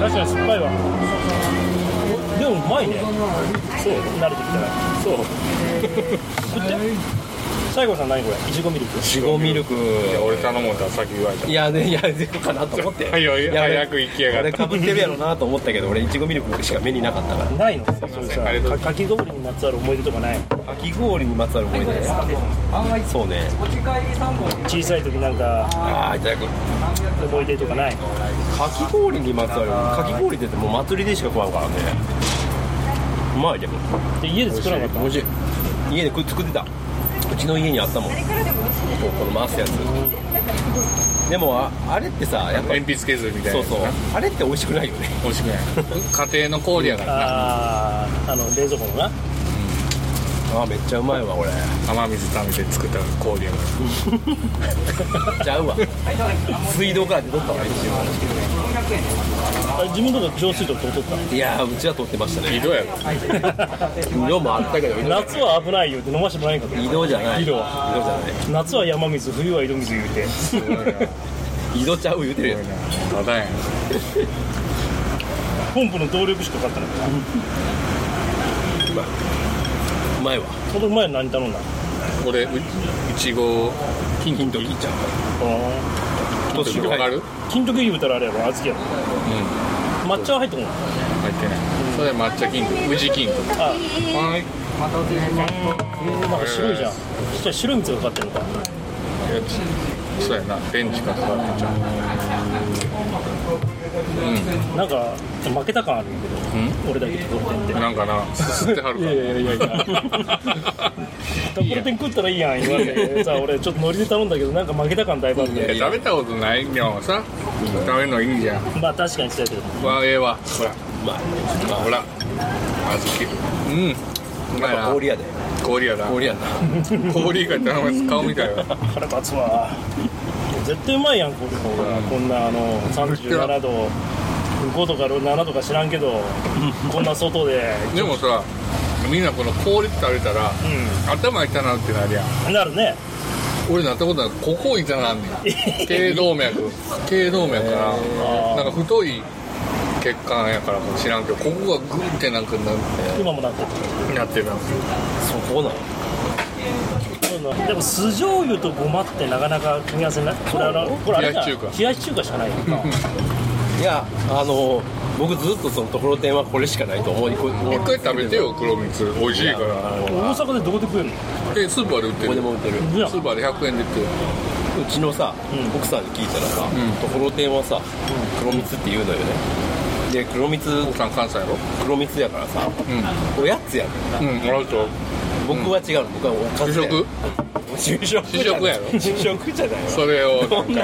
Speaker 3: 確かに酸っぱいわでもうまいねそう慣れてきたら
Speaker 5: そう
Speaker 3: 食って西郷さん何これいちごミルク
Speaker 4: いちごミルク
Speaker 5: いや俺頼もうたら先言われた
Speaker 4: いやねいや全部かなと思って
Speaker 5: はいよ
Speaker 4: や
Speaker 5: 早く行きやが
Speaker 4: 俺
Speaker 5: っ
Speaker 4: かぶってるやろなと思ったけど俺いちごミルクしか目になかったか
Speaker 3: ないのそういうさ
Speaker 5: ありがとうござ
Speaker 3: か
Speaker 5: います
Speaker 3: かき氷にまつわる思い出とかない
Speaker 4: らかき氷にまつわる思い出そうね
Speaker 3: 小さい時なんか
Speaker 4: ああいただく
Speaker 3: 思い出とかない
Speaker 4: かき氷にまつわるかき氷って言ってもう祭りでしか食わんからねうまいでも
Speaker 3: で家で作らなかっ
Speaker 4: 美味しい家で食作ってたうちの家にあったもんこうこの回すやつでもああれってさやっぱ
Speaker 5: 鉛筆削りみたいな
Speaker 4: そ
Speaker 5: や
Speaker 4: う
Speaker 5: つ
Speaker 4: そうあれって美味しくないよね
Speaker 5: 美味しくない家庭の氷やか
Speaker 3: た
Speaker 5: らな
Speaker 3: あああの冷蔵庫のな
Speaker 4: あーめっちゃうまいわこれ
Speaker 5: 雨水溜めて作った氷やか
Speaker 4: ちゃうわ水道から出とったわ一
Speaker 3: あ自分とか浄水道と取っ
Speaker 4: 応いやーうちは取ってました
Speaker 5: ら
Speaker 4: ね
Speaker 5: 井戸やろ
Speaker 4: 色もあったけど井
Speaker 3: た
Speaker 4: 戸
Speaker 3: 夏は危ないよって飲ましてもらえんかった
Speaker 4: 井戸じゃない
Speaker 3: 井戸は
Speaker 4: 井戸じゃない
Speaker 3: 夏は山水冬は井戸水言うて
Speaker 4: 井戸ちゃう言うてるやん
Speaker 5: ただやん
Speaker 3: ポンプの動力しか買ったのかな
Speaker 4: うまいわ
Speaker 3: その前何頼んだの
Speaker 5: 俺ういちご
Speaker 4: 金金と金ちゃん
Speaker 3: あ
Speaker 5: 金時わかる
Speaker 3: 金時言うたらあれやろ、小豆やろ。抹茶は入ってこない。
Speaker 5: 入ってない。それ抹茶金時、宇治金時。
Speaker 3: あ、
Speaker 5: はい。
Speaker 11: またお連れします
Speaker 3: えーなんか白いじゃん。そしたら白い蜜がかかってるのか。
Speaker 5: やつそうやな、電池かかってちゃう。
Speaker 3: なんか、負けた感あるんやけど、俺だけところてんって。
Speaker 5: なんかな、すすってはるから。いやいやいやい
Speaker 3: と
Speaker 5: や。
Speaker 3: ころてん食ったらいいやん、言われて。さあ、俺ちょっとノリで頼んだけど、なんか負けた感だいぶあるんだよ。
Speaker 5: 食べたこと ないのをさ、食べるのいいじゃん。
Speaker 3: まあ確かにそうやけど。
Speaker 5: わええわ。ほら。ほら。あずき。うん。うまいな。
Speaker 4: 氷やで
Speaker 5: 氷やな。
Speaker 4: 氷やんな
Speaker 5: 氷が頼む顔みたいな。
Speaker 3: 腹立つわ絶対うまいやんこの方がこんなあの37度5とか7とか知らんけどこんな外で
Speaker 5: でもさ、みんなこの氷って食べたら、
Speaker 3: う
Speaker 5: 頭痛なるってなるやん。
Speaker 3: んなるね
Speaker 5: 俺なったことない。ここ痛なんね ん。頸動脈。頸動脈かな。なんか太い血管やからか知らんけど、ここがグンってなんかな
Speaker 3: 今もなってる
Speaker 5: なってるな。
Speaker 4: そこなの
Speaker 3: でも酢醤油とごまってなかなか組み合わせないこれあのこれあれだ
Speaker 5: 冷やし中華
Speaker 3: 冷やし中華しかないよ
Speaker 4: いやあの僕ずっとそのところてんはこれしかないと思いこ
Speaker 5: 一回食べてよ、黒蜜。美味しいから。
Speaker 3: 大阪でどこで食えるの
Speaker 5: え、スーパーで売って
Speaker 4: ここで
Speaker 5: る。
Speaker 4: も売ってる
Speaker 3: じゃ
Speaker 5: スーパーで100円で売ってる。
Speaker 4: うちのさ、
Speaker 3: うん
Speaker 4: 奥さんに聞いたらさ、
Speaker 5: ん
Speaker 4: ところてんはさ黒蜜って言うのよねで黒蜜
Speaker 5: 奥さん関西やろ
Speaker 4: 黒蜜やからさ
Speaker 5: う
Speaker 4: おやつやね
Speaker 5: ん。うん、あると。
Speaker 4: 僕は違うの、僕はおか
Speaker 5: 主
Speaker 4: ずや
Speaker 5: 食
Speaker 4: 昼食
Speaker 5: 主食やろ
Speaker 4: 昼食じゃない
Speaker 5: それを、
Speaker 4: こんな人間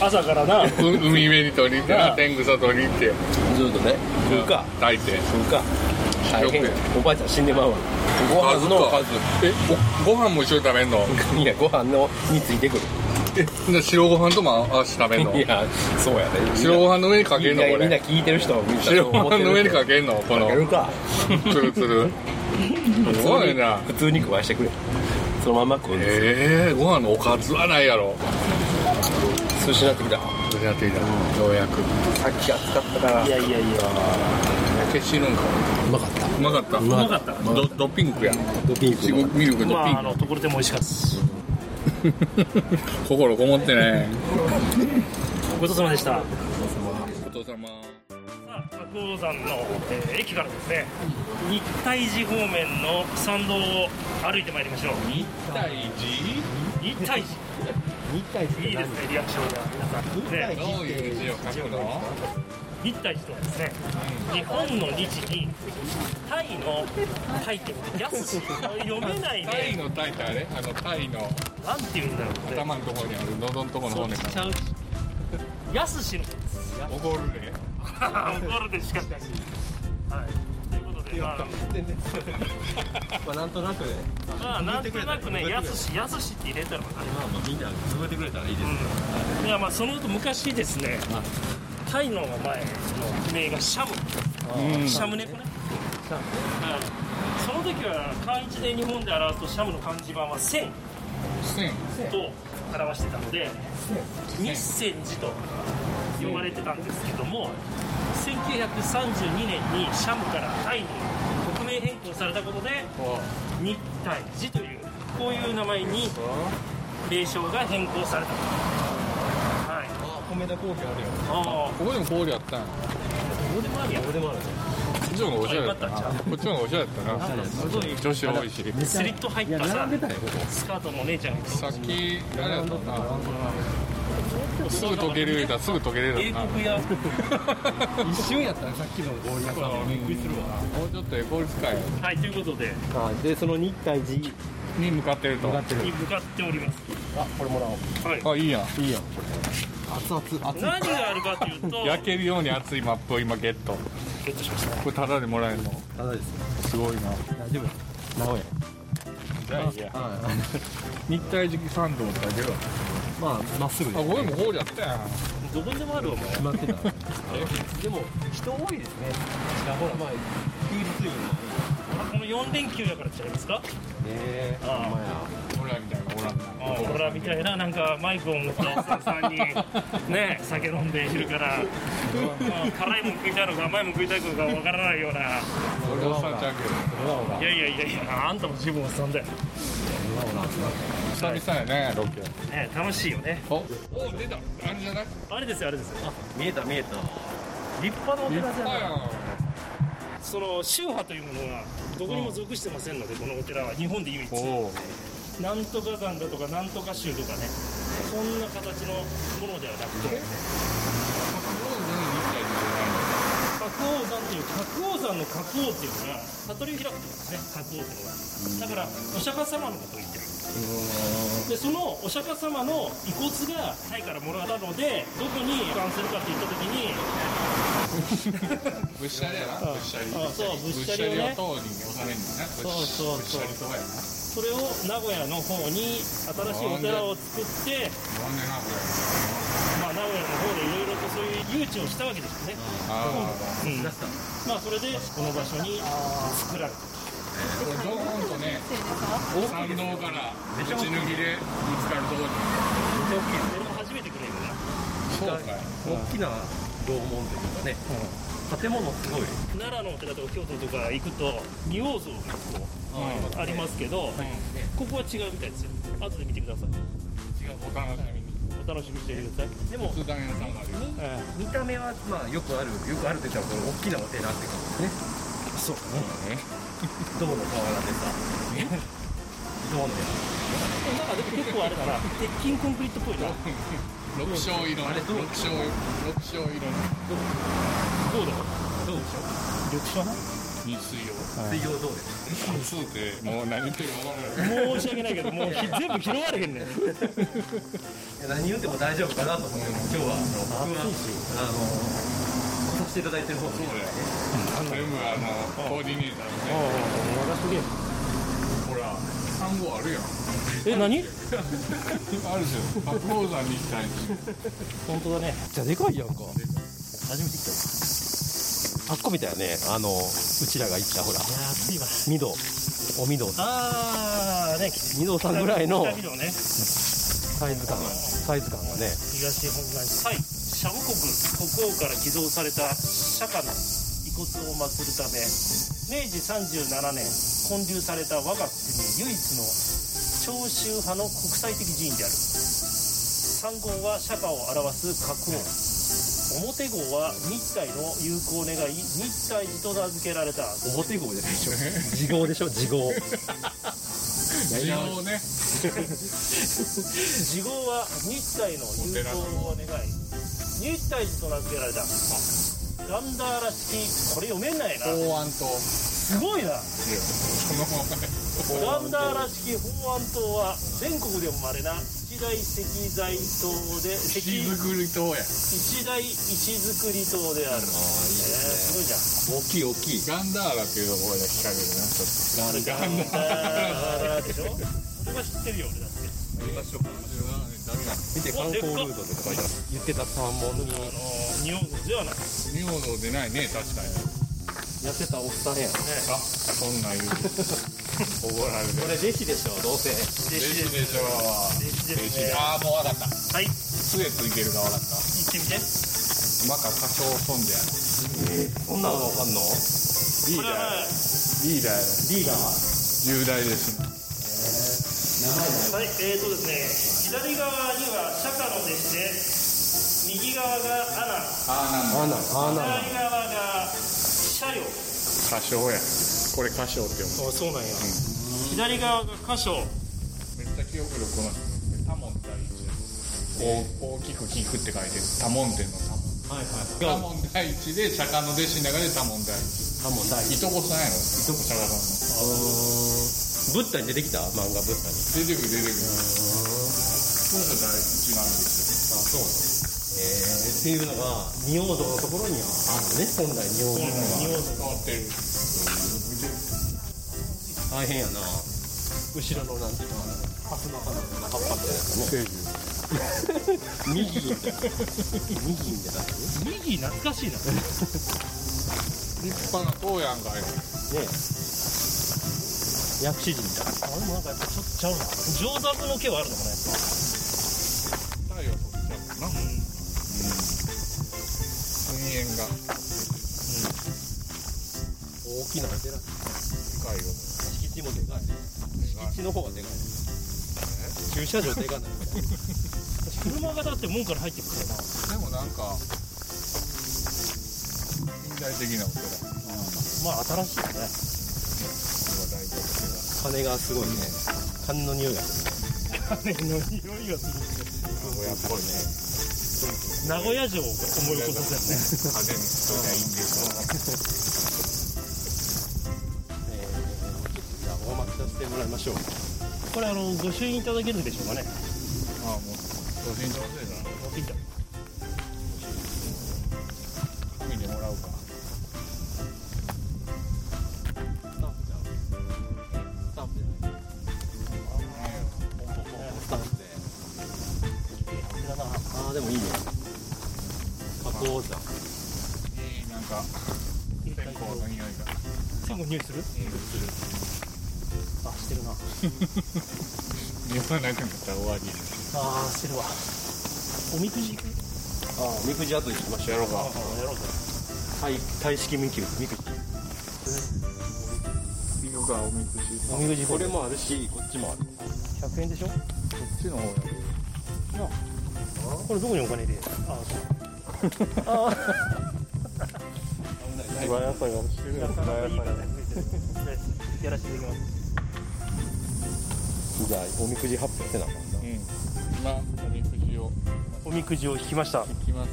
Speaker 4: が
Speaker 3: 朝からな
Speaker 5: う海辺に取りに行って、天草取りに行って、
Speaker 4: ずっとね食うか
Speaker 5: 炊いて。
Speaker 4: 食うか大変やおばあちゃん死んでまうわご飯のおか
Speaker 5: か
Speaker 4: ず
Speaker 5: え、ごご飯も一緒に食べんの
Speaker 4: いやご飯のについてくる
Speaker 5: で白ご飯とも合わせて食べんの
Speaker 4: いやそうやね
Speaker 5: 白ご飯の上にかけ
Speaker 4: み
Speaker 5: ん
Speaker 4: ん
Speaker 5: の
Speaker 4: な
Speaker 5: こ
Speaker 4: みんな
Speaker 5: れ。
Speaker 4: 聞いてる人はみんな
Speaker 5: 白ご飯の上にか
Speaker 4: け
Speaker 5: けんのこの
Speaker 4: や、るか
Speaker 5: つるつる。すごいな。
Speaker 4: 普通に食わしてくれそのまんま食う
Speaker 5: えー、ご飯のおかずはないやろ。
Speaker 4: 寿司になってきた
Speaker 5: それやっていた。ようやく。
Speaker 4: さっき暑かったから
Speaker 3: いやいやいや
Speaker 5: 消しるんか。うまかった。う
Speaker 3: う
Speaker 5: ま
Speaker 3: ま
Speaker 5: か
Speaker 3: か
Speaker 5: っ
Speaker 3: った
Speaker 5: た。ドドピンクや。
Speaker 4: ドピン
Speaker 5: 四国ミルクドピンク。
Speaker 3: まああのところでも美味しかったです
Speaker 5: 心こもってね。
Speaker 3: ごちそうさまでした
Speaker 5: お父様。
Speaker 3: さあ白鸚山の、えー駅からですね日体寺方面の参道を歩いてまいりましょう日
Speaker 5: 大事
Speaker 3: 日体寺日体寺いいですねリアクションが皆さんね
Speaker 5: どういう字を書くの
Speaker 3: 日体寺とはですね日本の日にタイのタイって安し読めない
Speaker 5: タイ
Speaker 3: ね
Speaker 5: のタイってあれあのタイの
Speaker 3: なんて言うんだろうこれ
Speaker 5: 頭のところにある喉のところの
Speaker 3: そ
Speaker 5: 骨
Speaker 3: っち
Speaker 5: か
Speaker 3: ちゃう安しの
Speaker 5: ら怒るね
Speaker 3: 怒るでしかしはいということでまあ
Speaker 4: まあなんとなくね
Speaker 3: まあなんとなくね、やすし、やすしって入れたらわかりま。
Speaker 4: まあまあみんな潰れてくれたらいいです
Speaker 3: いやまあその後昔ですね、タイの前の名がシャム、シャム猫ね。はいその時は漢字で日本で表すとシャムの漢字版は千
Speaker 5: 線
Speaker 3: と表してたので、日千寺と呼ばれてたんですけども、1932年にシャムからタイに国名変更されたことで、日体寺というこういう名前に名称が変更されたとはい
Speaker 4: 米田工業あるよ
Speaker 3: ああ
Speaker 5: ここでも氷あったん
Speaker 3: どうでもあるやん
Speaker 4: 俺もある
Speaker 5: こっちの方がおしゃれだったな
Speaker 3: よかったんち
Speaker 5: こっちの方がおしゃれだったな
Speaker 3: すごい
Speaker 5: 女子多いし
Speaker 3: スリット入ったさスカートのお姉ちゃんが
Speaker 5: さっきあれやったなすぐ溶ける言うたらすぐ溶けれる
Speaker 3: 英
Speaker 5: よな
Speaker 3: 国や
Speaker 4: 一瞬やったらさっきの氷屋さんはびっくりするわ
Speaker 5: もうちょっとええ氷使い
Speaker 3: はいということで
Speaker 4: あでその日体寺
Speaker 5: に向かってると
Speaker 3: に向かっております
Speaker 4: あこれもらおう
Speaker 3: はい
Speaker 5: あいいやん
Speaker 4: 熱々熱
Speaker 3: 何があるかというと
Speaker 5: 焼けるように熱いマップを今ゲット
Speaker 3: ゲットしました
Speaker 5: これタダでもらえるの
Speaker 4: ただです
Speaker 5: すごいな
Speaker 4: 大丈夫名古屋
Speaker 5: じゃあいいや日体時期参道ってあげるわ
Speaker 4: まあまっすぐ
Speaker 5: あこれも氷あったやん
Speaker 3: どこにでもあるわもう
Speaker 4: 待ってたでも人多いですねしかもまあ休日よりも
Speaker 3: この4連休やからちゃいますか
Speaker 4: ねえ
Speaker 3: ああ
Speaker 5: 俺らみたいなおらんな
Speaker 3: ああほらだみたいななんかマイクを持ったおっさんさんにね酒飲んでいるから、うん辛いもん食いたいのか甘いもん食いたいのかわからないような。
Speaker 5: 俺おっさんちゃうけど
Speaker 3: いやいやいやいや、あんたも自分おっさんだよ。
Speaker 5: 久々やねロケ
Speaker 3: ね、楽しいよね。
Speaker 5: おお出たあれじゃない
Speaker 3: あれですよ、あれですよ。
Speaker 11: 見えた見えた
Speaker 3: 立派なお寺じゃない。
Speaker 5: あ
Speaker 3: その宗派というものは、どこにも属してませんので、このお寺は日本で唯一。なんとか山だとか、なんとか宗とかね。そんな形のものではなくて、白王山という白王山の白王っていうのが悟りを開くってことですね白王っていうのはだからお釈迦様のことを言ってるでそのお釈迦様の遺骨がタイからもらったのでどこに保管するかって言った時に
Speaker 5: ぶっしゃりやなぶっしゃり
Speaker 3: あそうぶっしゃりをね
Speaker 5: ぶっしゃりを通りに収めるんだな
Speaker 3: そうそうそう
Speaker 5: ぶっしゃりとかやな
Speaker 3: それを名古屋の方に新しいお寺を作って、
Speaker 5: 残念なこ
Speaker 3: まあ、名古屋の方でいろいろとそういう誘致をしたわけですよね、
Speaker 5: れあ
Speaker 3: うんまあそれでこの場所に作られた
Speaker 5: あ これドーンとね参道からぶち抜きでぶつかるところに
Speaker 3: それも初めて来れるな
Speaker 5: そうかい
Speaker 4: 大きな楼門というかね、建物すごい
Speaker 3: 奈良のお寺とか京都とか行くと仁王像がこうありますけど、ここは違うみたいですよ後で見てください
Speaker 5: 違うお楽しみに
Speaker 3: お楽しみにしてくださいでも、
Speaker 5: 仏壇屋さんがあるよ
Speaker 3: え
Speaker 4: 見た目はまあよくあるよくあるというかこの大きなお寺って感じですねそうね銅の瓦でさ銅の
Speaker 3: ーなんかでも結構あれだな鉄筋コンクリートっぽいな
Speaker 5: 六章色の六章六章
Speaker 3: ど
Speaker 5: 色の
Speaker 3: うだろう緑茶な
Speaker 5: 水曜
Speaker 4: 水曜銅です
Speaker 5: そうでもう何言ってるか分からない
Speaker 3: 申し訳ないけどもうひ全部拾われへんねん
Speaker 4: いや何言っても大丈夫かなと思って今日はあの僕はあの来させていただいてる方
Speaker 5: そうだよ全部あのコーディネーターのねほら単語あるやん
Speaker 3: え何
Speaker 5: あるですよ白鵬山に行きたいんですよ
Speaker 3: 本当だね
Speaker 4: じゃでかいやんか初めて来たあっこみたいねあのうちらが行ったほら
Speaker 3: 暑いわ
Speaker 4: 御堂お御堂
Speaker 3: あーね
Speaker 4: 御堂さんぐらいの
Speaker 3: 北見道ね
Speaker 4: サイズ感サイズ感がね
Speaker 3: 東本願寺はいシャム国国王から寄贈された釈迦の遺骨を祀るため明治37年建立された我が国唯一の長州派の国際的寺院である三号は釈迦を表す格王表号は日体の友好を願い日体寺と名付けられた
Speaker 4: 表号じゃないでしょ 自号でしょ自号
Speaker 5: 地をね
Speaker 3: 地号は日体の友好を願い日体寺と名付けられたガンダーラ式これ読めないな
Speaker 5: 法案と
Speaker 3: すごいな
Speaker 5: そのままね
Speaker 3: ガンダーラ式法案塔は全国でも稀な一大石材塔で石
Speaker 5: 石造り塔や
Speaker 3: 一大石造り塔であるあいいすごいじゃん
Speaker 5: 大きい大きいガンダーラっていうところが惹かれるなちょっとガンダーラ
Speaker 3: ガンダーラでしょそれは知ってるよ俺だって
Speaker 4: 見て観光ルートとか書いてある言ってた三本の
Speaker 3: あの日本語ではないね
Speaker 5: 仁王像出ないね確かに
Speaker 4: やってたおっさんやん
Speaker 5: あそんなん言う怒られる
Speaker 4: これ弟子でしょどうせ
Speaker 5: 弟子でしょ
Speaker 3: 弟子ですね
Speaker 5: ああもう分かった
Speaker 3: はい行
Speaker 5: 杖ついてるか分か
Speaker 3: っ
Speaker 5: った
Speaker 3: てみて
Speaker 5: 馬か歌唱飛んでや
Speaker 4: こんなのわかんの
Speaker 5: リ
Speaker 3: これは
Speaker 5: リーダーリーダー重大です
Speaker 3: はい、えーとですね、左側には釈迦の弟子で、右側がアナ、
Speaker 4: あな
Speaker 5: あ
Speaker 4: んあなん
Speaker 3: 左側がシャヨ。
Speaker 5: あなん歌唱やこれ歌唱って読
Speaker 3: あ、
Speaker 5: む
Speaker 3: そうなんや。左側が箇所。
Speaker 5: めっちゃ記憶力のタモン第一です大大きく聞くって書いてるタモン店のタモン
Speaker 3: はいはい。
Speaker 5: タモン第一で釈迦の弟子の中でタモン第一
Speaker 4: あもうない
Speaker 5: いとこさんやろいとこ釈迦さんの
Speaker 4: ブッダに出てきた漫画ブッダに
Speaker 5: 出てくる出てくるそうが第一なんですよ
Speaker 4: あそうなんですえー、っていうのが仁王像のところにはあるね本来仁王像
Speaker 3: 日
Speaker 4: は
Speaker 3: 本
Speaker 5: 変わってる
Speaker 4: 大変やな後ろのなんていうのハスの花の葉っぱみたいなやつね右みたいな右みたいな
Speaker 3: 右懐かしいな。
Speaker 5: 立派な塔やんかよ
Speaker 4: ね
Speaker 3: 薬師寺みたいなあれもなんかやっぱちょっとちゃうな上座部の毛はあるのかなやっぱ
Speaker 5: 太陽とっちゃうかな。うん。噴煙が。うん。
Speaker 11: 大きな寺。
Speaker 5: 世界を。
Speaker 11: 敷地もでかい。敷地の方がでかい。駐車場でかない。
Speaker 3: 車がだって門から入ってくからな
Speaker 5: でもなんか、近代的なお寺。
Speaker 3: まあ新しいよね
Speaker 11: 金がすごいね。金の匂いがす
Speaker 3: 金の匂いがする
Speaker 5: 親っぽいね。
Speaker 3: 名古屋城を思い起こさせるね
Speaker 5: 派手に人がいいんですよ。
Speaker 11: る。えー、じゃあお待ちさせてもらいましょう。
Speaker 3: これあのご朱印いただけるんでしょうかね
Speaker 5: ああ、もう、個人情勢だな。
Speaker 3: 持ってきた
Speaker 5: 海でもらうか。
Speaker 11: ああでもいいね。加工じゃ
Speaker 5: い
Speaker 11: ん。
Speaker 5: い、なんか、線香の匂いが。
Speaker 3: 線香匂いするあしてる な
Speaker 5: 匂わなくなったら終わり。
Speaker 3: あーしてるわおみくじ行く
Speaker 11: ああみくじ後で行きましょう。やろう
Speaker 3: あ
Speaker 11: か。
Speaker 3: あやろうか
Speaker 11: はい体式みくじ。みくじ。
Speaker 5: ミルがおみくじ。こ
Speaker 3: おみくじ
Speaker 11: こ
Speaker 3: こ
Speaker 11: れ
Speaker 3: れ
Speaker 11: もあるしこっちもある。
Speaker 3: 100円でしょ
Speaker 5: っちの方やる。
Speaker 3: これどこにお金入れるあーそう
Speaker 5: 芝野菜が欲しいで
Speaker 3: なかなかいい方に増えてるねやらせていただきます
Speaker 11: じゃあおみくじ発表せなあかんな。
Speaker 5: うん。今、おみくじを
Speaker 3: おみくじを引きました
Speaker 5: 引きます。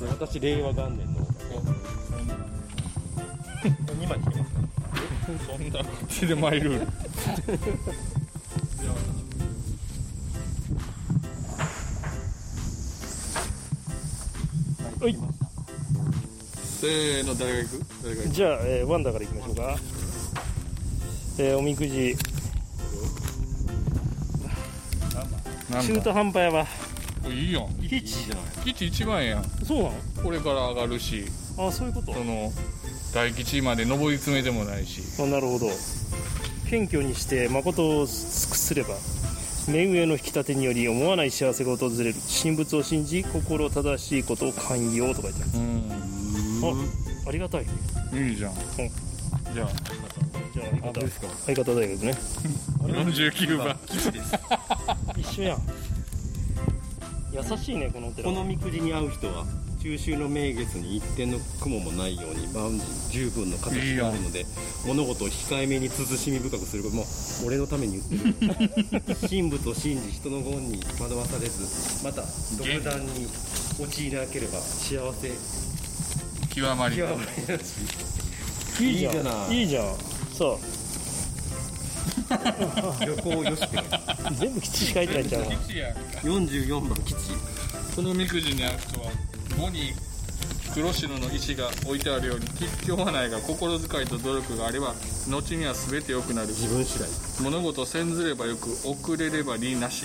Speaker 11: で私令和元年の
Speaker 3: 2枚引きます
Speaker 5: そんな感じでマイルール。
Speaker 3: はい
Speaker 5: せーの、誰が行く誰が行く
Speaker 3: じゃあ、えーワンダからいきましょうか、えーおみくじ中途半端やわ
Speaker 5: これいいやん。
Speaker 3: 1じゃない
Speaker 5: 吉一番やん。
Speaker 3: そうなの
Speaker 5: これから上がるし、
Speaker 3: あそういうこと
Speaker 5: その、大吉まで上り詰めてもないし。
Speaker 3: あなるほど謙虚にして誠を尽くすれば目上の引き立てにより思わない幸せが訪れる神仏を信じ心正しいことを寛容とか言ってある
Speaker 5: うん。
Speaker 3: ありがたい
Speaker 5: いいじゃん。じゃあ、
Speaker 3: じゃあ相方相方大学ね
Speaker 5: 49番。
Speaker 3: 一緒やん優しいねこのお寺
Speaker 4: このみくじに合う人は中秋の名月に一点の雲もないように万事十分の形
Speaker 5: いい
Speaker 4: が
Speaker 5: よ
Speaker 4: あるので物事を控えめに慎み深くすることもう俺のため に言ってる神仏を信じ人の言に惑わされずまた独断に陥らなければ幸せ
Speaker 5: 極まり。
Speaker 4: 極まりなし
Speaker 3: いいじゃん
Speaker 4: いいじゃない
Speaker 3: いいじゃんそう
Speaker 4: 旅行よしって
Speaker 3: 全部吉しか入ってないんちゃうの
Speaker 5: 吉やん
Speaker 4: 44番吉
Speaker 5: このみくじにある人は、5に黒白の石が置いてあるように、吉凶はないが心遣いと努力があれば、後には全て良くなる。
Speaker 4: 自分次第
Speaker 5: 物事をせんずればよく遅れれば利なし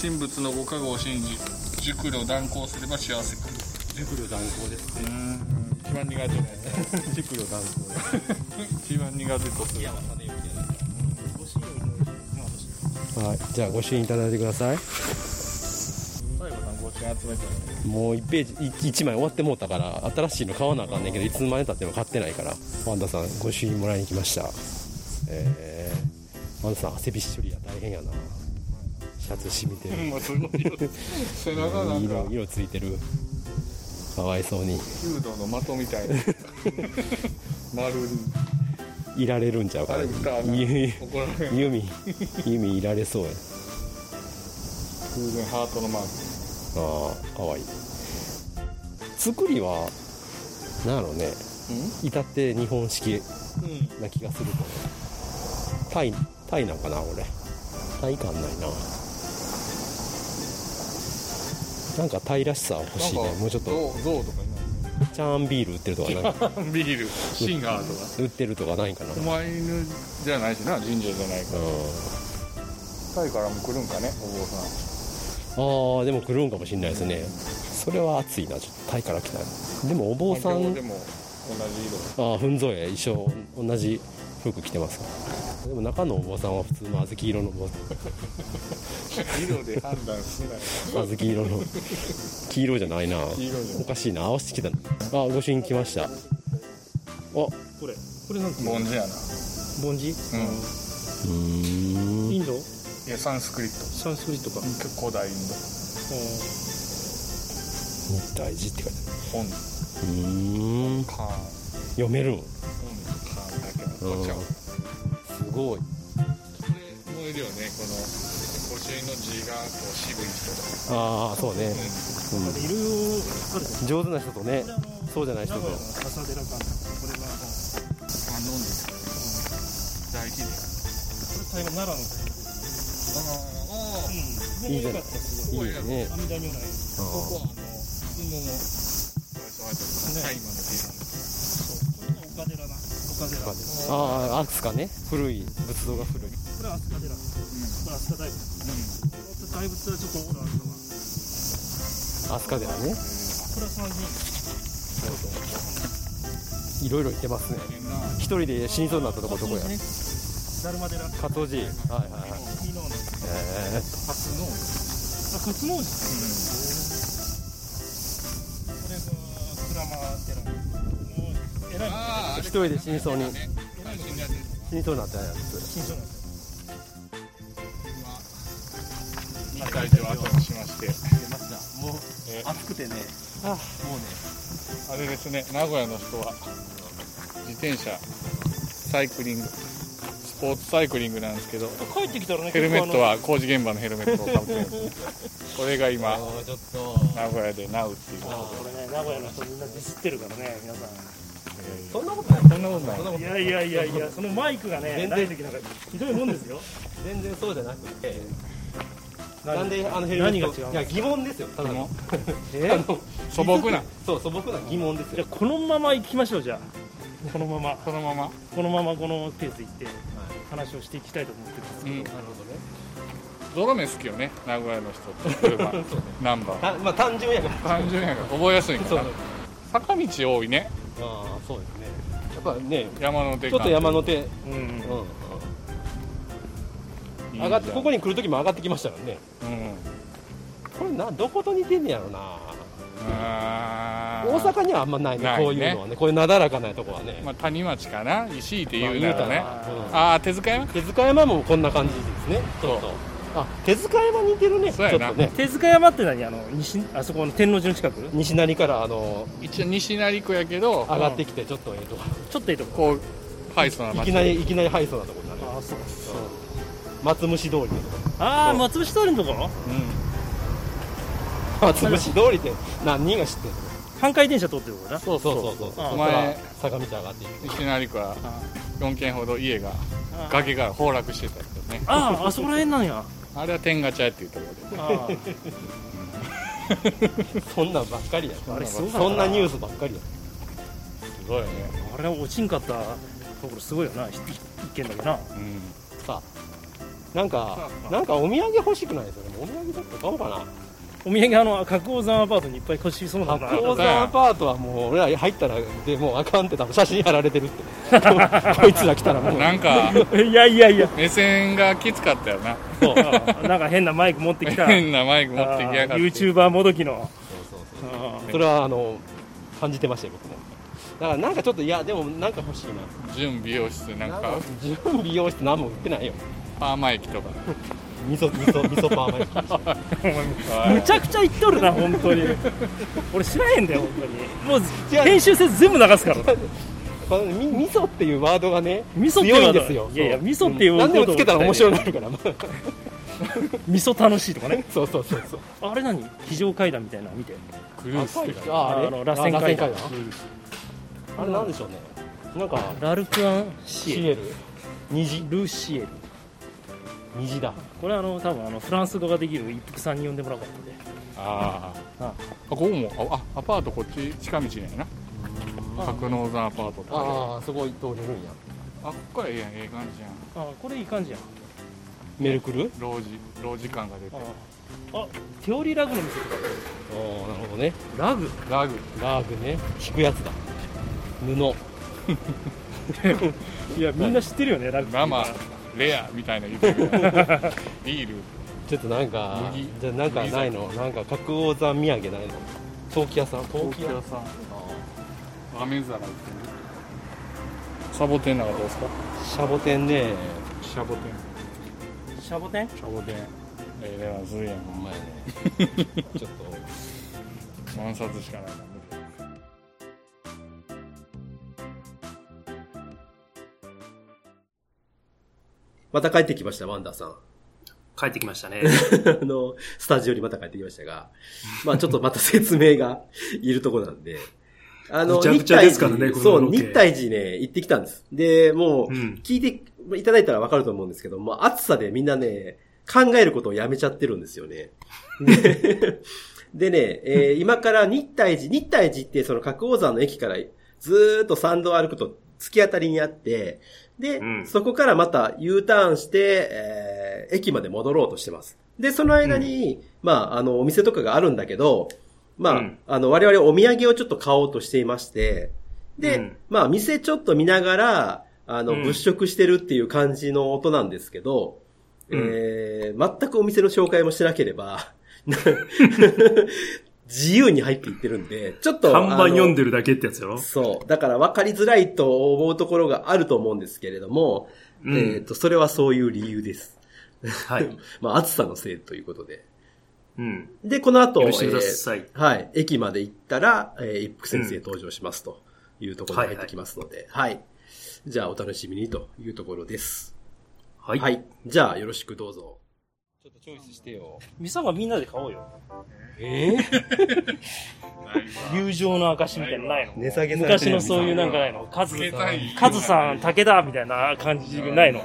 Speaker 5: 神仏のご加護を信じ熟慮断行すれば幸せく
Speaker 4: 熟慮断行です
Speaker 5: 一番苦手なやつ熟慮断行一番苦手とする
Speaker 4: はい、じゃあご支援いただいてください。もう1ページ 1, 枚終わってもうたから新しいの買わなあかんねんけどいつまでたっても買ってないからワンダさんご支援もらいに来ましたえー、ワンダさん汗びっしょりや大変やなシャツ染みてる
Speaker 5: 背中なんか
Speaker 4: 色色ついてるかわいそうに
Speaker 5: 弓道の的みたいな丸に
Speaker 4: いられるんちゃうか
Speaker 5: あ
Speaker 4: な
Speaker 5: れ歌はな
Speaker 4: 弓
Speaker 5: 怒られる
Speaker 4: 弓弓いられそうや
Speaker 5: 偶然ハートのマー
Speaker 4: ああかわいい作りはなんやろうね至って日本式
Speaker 5: クうん
Speaker 4: な気がするけどタイタイなんかな俺タイ感ないななんかタイらしさ欲しいねもうちょっと
Speaker 5: 象象とかにな
Speaker 4: チャーンビール売ってるとかなんか
Speaker 5: るビールシンガーとか
Speaker 4: 売ってるとかない かな、う
Speaker 5: 狛犬じゃないしな神社じゃないから
Speaker 4: ん、
Speaker 5: タイからも来るんかねお坊さん
Speaker 4: ああでも来るんかもしれないですねそれは熱いなちょっとタイから来たでもお坊さ
Speaker 5: 環境
Speaker 4: ん
Speaker 5: でも同じ色
Speaker 4: ああふんぞえ一緒同じ服着てますからでも中のお坊さんは普通の小豆色のお坊さん
Speaker 5: 色で判断すなよ。
Speaker 4: 小豆色の黄色じゃないなおかしいな合わせてきたなあ御朱印来ましたあこ
Speaker 8: れこれなんですか
Speaker 5: ボンジやな。
Speaker 8: 凡人
Speaker 5: うん。
Speaker 4: うーん
Speaker 8: インド
Speaker 5: いや、サンスクリット。
Speaker 8: サンスクリットか、
Speaker 5: 結構大インド。
Speaker 8: う
Speaker 4: 大事って書いて
Speaker 5: 本
Speaker 4: あるうーん
Speaker 5: カーン。
Speaker 4: 読めるん
Speaker 5: 本カーンだけど、こっちは。こ
Speaker 4: すごい
Speaker 5: れもいるよね、この、御朱印の字がこう渋い人とか。
Speaker 4: ああそうね、
Speaker 8: ん、いろいろあるじゃ
Speaker 4: うん、上手な人とね
Speaker 3: あの
Speaker 4: そうじゃない人
Speaker 3: 名
Speaker 4: と
Speaker 3: 古屋の朝寺館これがもう
Speaker 5: あ、飲んでた。大事で。
Speaker 3: これ台湾奈良の台
Speaker 5: ああ、
Speaker 3: 湾
Speaker 4: いいじゃ
Speaker 3: うん
Speaker 4: ない
Speaker 3: よかったす
Speaker 4: い
Speaker 3: ごい
Speaker 4: いよね
Speaker 3: 阿弥陀如来
Speaker 4: あ
Speaker 5: こ
Speaker 4: ー
Speaker 5: こはあの、相撲の、最初
Speaker 3: ね
Speaker 5: 入った、大麻の字なんです。
Speaker 3: これが岡寺な岡寺こ
Speaker 4: あーアクスかね古い仏像が古い
Speaker 3: れは飛鳥寺これは飛鳥大仏この大仏はちょっとオーラあるのが
Speaker 4: 飛鳥寺ね
Speaker 3: これは三人
Speaker 4: いろいろ行ってますね一人で死にそうになったとこどこや
Speaker 3: だるま寺
Speaker 4: 加藤寺はいはいはい
Speaker 3: 美濃の
Speaker 4: えー
Speaker 3: あ、勝野寺さん。これが鞍馬寺。もう、えらい、
Speaker 5: ああ、
Speaker 4: 一人で死にそうに
Speaker 3: えらい、
Speaker 4: 死にそうになったやつ
Speaker 3: 緊張なんですよ。
Speaker 5: 二回以上後にしまして。
Speaker 3: もう、
Speaker 5: え
Speaker 3: 暑くてね。
Speaker 5: あれですね、名古屋の人は、自転車、サイクリング、スポーツサイクリングなんですけど、
Speaker 3: 帰ってきたらね、
Speaker 5: ヘルメット
Speaker 3: は。
Speaker 5: は工事現場のヘルメットをかぶってるんですね。これが今、名古屋でナウっていう。
Speaker 3: あーこれね、名古屋の人みんなディスってるからね、皆さん。
Speaker 5: そんなことない。そんなことない。
Speaker 3: いやいやいやいや、そのマイクがね、ない時なんか、ひどいもんですよ。
Speaker 4: 全然そうじゃなくてなんであのヘ
Speaker 3: 何が違うんですか
Speaker 4: いや疑問ですよただの
Speaker 3: え
Speaker 4: あの
Speaker 5: 素朴な。
Speaker 4: そう素朴な疑問です
Speaker 3: じゃ
Speaker 4: よ
Speaker 3: あこのまま行きましょう、じゃあ。このまま、
Speaker 5: そのまま。
Speaker 3: このままこのペース行って、話をしていきたいと思ってるんです
Speaker 5: う
Speaker 3: けど。
Speaker 5: ん。
Speaker 4: なるほどね
Speaker 5: 泥目好きよね、名古屋の人って。車、ナンバー。
Speaker 4: たまあ単純やから
Speaker 5: 単純やから覚えやすいん
Speaker 4: そ
Speaker 5: か
Speaker 4: う
Speaker 5: な。坂道多いね。
Speaker 4: ああそうですねやっぱね
Speaker 5: 山の手
Speaker 4: ちょっと山手、
Speaker 3: うん
Speaker 4: うんうん、上がってここに来る時も上がってきましたからね
Speaker 5: に。うん。
Speaker 4: これなどこと似てんねやろな
Speaker 5: あー
Speaker 4: 大阪にはあんまないね
Speaker 5: ないね
Speaker 4: こういうのはねこういうなだらかなとこはね、
Speaker 5: まあ、谷町かな石井って
Speaker 4: まあ
Speaker 5: 言うならね、あ
Speaker 4: 言うたら
Speaker 5: あー手塚山
Speaker 4: うん手塚山もこんな感じですねちょっとあ手塚山似てるねち
Speaker 5: そ
Speaker 4: ょ
Speaker 5: う
Speaker 4: っ
Speaker 5: や
Speaker 4: と
Speaker 5: な
Speaker 4: ね
Speaker 3: 手塚山って何あの、西、あそこの天王寺の近く
Speaker 4: 西成からあの
Speaker 5: 一応西成区やけど
Speaker 4: 上がってきてちょっとええとこ
Speaker 3: ちょっといいとこ。
Speaker 5: こうハイソない町
Speaker 4: きなりいきなりハイソなとこだね
Speaker 3: あ、そう
Speaker 4: 松虫通りのと
Speaker 3: ああ、松節通りのとこ
Speaker 5: うん、
Speaker 4: こ松虫通りって何人が知ってる
Speaker 3: 半回転車通ってるとこだ。
Speaker 4: そうそうそうそうそ
Speaker 3: あ
Speaker 4: こから
Speaker 5: 前
Speaker 4: 坂道上がっていく
Speaker 5: 西成区は4軒ほど家が崖から崩落してたけどね
Speaker 3: ああ、あそ こら辺なんや。
Speaker 5: あれは天下茶屋っていうところ
Speaker 3: あ
Speaker 4: そんなんばっかり や
Speaker 3: あ、あれすごかった
Speaker 4: そんなニュースばっかりや
Speaker 5: ですごいよね、
Speaker 3: あれは落ちんかったところすごいよな、ひ一軒だけな。
Speaker 5: うん、
Speaker 4: なんかなんかお土産欲しくないですよねお土産ちょっと買おうかな
Speaker 3: お土産、あの、角王山アパートにいっぱい腰しそうなの
Speaker 4: 八
Speaker 3: な。
Speaker 4: 甲山アパートはもう俺ら入ったらでもうあかんって多分写真やられてるって こいつら来たらもう
Speaker 5: なんか
Speaker 3: いやいやいや。
Speaker 5: 目線がきつかったよな
Speaker 4: そうそう
Speaker 3: なんか変なマイク持ってきた。
Speaker 5: 変なマ イク持ってきやがって
Speaker 3: YouTuber もどきの。
Speaker 4: そうそう
Speaker 3: あ
Speaker 4: それはあの感じてましたよ僕もだからなんかちょっといやでもなんか欲しいな
Speaker 5: 準美容室な
Speaker 4: な
Speaker 5: んか
Speaker 4: んか自分美容室何も売ってないよ
Speaker 5: パーマ液と か
Speaker 4: 味噌味噌味噌パーマ焼き
Speaker 3: あむちゃくちゃ言っとるな、本当に。俺知らへんだよ、本当に。もう、編集せず全部流すから。
Speaker 4: このみ味噌っていうワードがね
Speaker 3: 味噌っていう
Speaker 4: 強
Speaker 3: ワ
Speaker 4: い
Speaker 3: ー
Speaker 4: ん
Speaker 3: ド
Speaker 4: ですよ
Speaker 3: いやいや
Speaker 4: そう
Speaker 3: 味噌っていうワード
Speaker 4: 何でもつけたら面白くなるから
Speaker 3: 味噌楽しいとかね。
Speaker 4: そうそうそうそう
Speaker 3: あれ何非常階段みたいなの見て。
Speaker 5: クルーズとか
Speaker 4: ああれ
Speaker 3: あの螺旋階段
Speaker 4: 螺旋あれなんでしょうねなんか
Speaker 3: ラルクアンシ
Speaker 4: シ
Speaker 3: エ
Speaker 4: エル虹
Speaker 3: ルシエル
Speaker 4: 虹だ
Speaker 3: これはあの多分あのフランス語ができる一服さんに呼んでもらおうかったんで
Speaker 5: あー
Speaker 3: あ
Speaker 5: あここもあアパートこっち近道なんやな格納山アパートとか
Speaker 4: ああすごい通れるんや
Speaker 5: あここからええやんええ感じやん
Speaker 3: あこれいい感じやん
Speaker 4: メルクル
Speaker 5: 老時老時感が出て
Speaker 3: ああテオリーラグの店とか
Speaker 4: おおなるほどね
Speaker 3: ラグ
Speaker 5: ラグ
Speaker 4: ラーグね引くやつだ布
Speaker 3: いやみんな知ってるよねラグビーは
Speaker 5: 生レアみたいな言って るからビール
Speaker 12: ちょっとなんか
Speaker 5: 麦
Speaker 12: じゃあなんかないのなんか角王山土産ないの陶器屋さん陶器屋
Speaker 5: さん豆皿売ってるサボテンなんかどうですか
Speaker 12: シャボテンね
Speaker 5: シャボテン
Speaker 13: シャボテン
Speaker 5: シャボテンええレアずるいやん
Speaker 12: ほんまやねちょっと
Speaker 5: 万冊しかないもんね
Speaker 4: また帰ってきました、ワンダーさん。
Speaker 13: 帰ってきましたね
Speaker 4: あの、スタジオにまた帰ってきました が、まあちょっとまた説明が いるとこなんで、あの、
Speaker 11: ぐちゃぐちゃです
Speaker 4: 日体寺
Speaker 11: からねこの
Speaker 4: そう、
Speaker 11: ロケ
Speaker 4: 日体寺ね、行ってきたんです。で、もう、
Speaker 13: うん
Speaker 4: 聞いていただいたらわかると思うんですけど、もう暑さでみんなね、考えることをやめちゃってるんですよね。で でね、えー今から日体寺、日体寺ってその角王山の駅からずーっと参道を歩くと突き当たりにあって、で、
Speaker 13: うん
Speaker 4: そこからまた U ターンして、えー駅まで戻ろうとしてます。で、その間に、まあ、あの、お店とかがあるんだけど、まあ、
Speaker 13: うん
Speaker 4: あの、我々お土産をちょっと買おうとしていまして、で、
Speaker 13: うん
Speaker 4: まあ、店ちょっと見ながら、あの、
Speaker 13: うん
Speaker 4: 物色してるっていう感じの音なんですけど、
Speaker 13: うん
Speaker 4: えー全くお店の紹介もしなけ れば、 な自由に入っていってるんで、ちょっと。
Speaker 11: 看板読ん
Speaker 4: で
Speaker 11: でるだけってやつやろ
Speaker 4: そう。だから分かりづらいと思うところがあると思うんですけれども、
Speaker 13: うん
Speaker 4: えっ、と、それはそういう理由です。
Speaker 11: はい。
Speaker 4: まあ、暑さのせいということで。
Speaker 13: うん
Speaker 4: で、この後、
Speaker 11: 許してください
Speaker 4: えーはい。駅まで行ったら、えー一服先生登場しますというところに入ってきますので、はい、じゃあ、お楽しみにというところです。
Speaker 11: はい。
Speaker 4: はい。じゃあ、よろしくどうぞ。
Speaker 12: ちょっとチョイスしてよ
Speaker 3: ミサはみんなで買おうよ
Speaker 12: ええ
Speaker 3: 友情の証みたいなのないの
Speaker 12: 値下げされて
Speaker 3: 昔
Speaker 12: る
Speaker 3: のそういうなんかないのカズ
Speaker 5: つけたい
Speaker 3: カズさん武田みたいな感じないの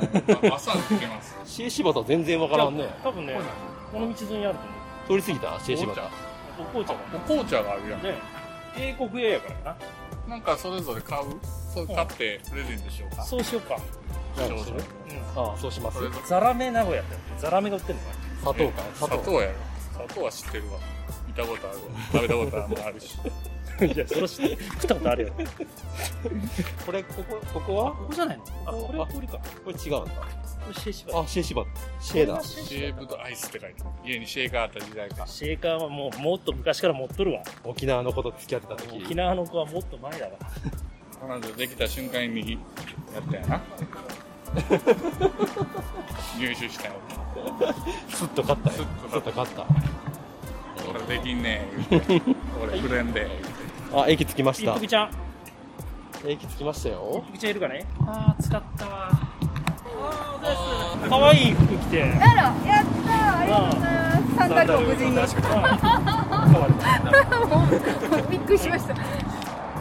Speaker 5: 朝つけます
Speaker 12: シエシバタ全然わからんね
Speaker 3: 多分ねこの道沿いにあると思
Speaker 12: 通り過ぎたシエシバタ
Speaker 3: うお紅茶
Speaker 5: お紅茶があるやん
Speaker 3: がね英国英やからか
Speaker 5: なんかそれぞれ買うそれ買ってプレゼントしよう
Speaker 3: な
Speaker 5: か
Speaker 3: そうしようか
Speaker 5: そうそ
Speaker 3: う
Speaker 5: う
Speaker 3: ん
Speaker 12: ああそうします
Speaker 5: それぞれ
Speaker 3: ザラメ名古屋ってあってザラメが売ってんのかな
Speaker 12: 砂糖か
Speaker 5: 砂
Speaker 12: 砂糖
Speaker 5: 糖やろ砂糖は知ってるわ見たことあるわ食べたことあるもあるし
Speaker 3: いや、それ知って食ったことあるよ。
Speaker 12: これここここは
Speaker 3: ここじゃないのあ、これは通りか。こ
Speaker 12: これ違うんだ
Speaker 3: れシェイシバ。
Speaker 12: あシエシバシエだ
Speaker 5: シェーブドアイスって書いてある家にシェーカーあった時代か
Speaker 3: シェーカーはもう、もっと昔から持っとるわ。
Speaker 12: 沖縄のこと付き合ってた時
Speaker 3: 沖縄の子はもっと前だわ。
Speaker 5: 彼女できた瞬間に右やったやな入手したよ
Speaker 12: スッと勝ったよ
Speaker 5: ス
Speaker 12: スッと
Speaker 5: ッと
Speaker 12: 勝った
Speaker 5: これできんねえ言うて俺くれんで言うて
Speaker 12: あ、駅着きまし
Speaker 3: 一
Speaker 12: た。
Speaker 3: 服ちゃん。
Speaker 12: 駅着きましたよ。
Speaker 3: 一服ちゃんいるかねあー、使ったわ。あー、です。かわいい服着て。
Speaker 7: あら、やったーありがとうございます。サンダルを無事に。
Speaker 3: 確かに。かわいい。
Speaker 7: びっくりしました。
Speaker 12: ま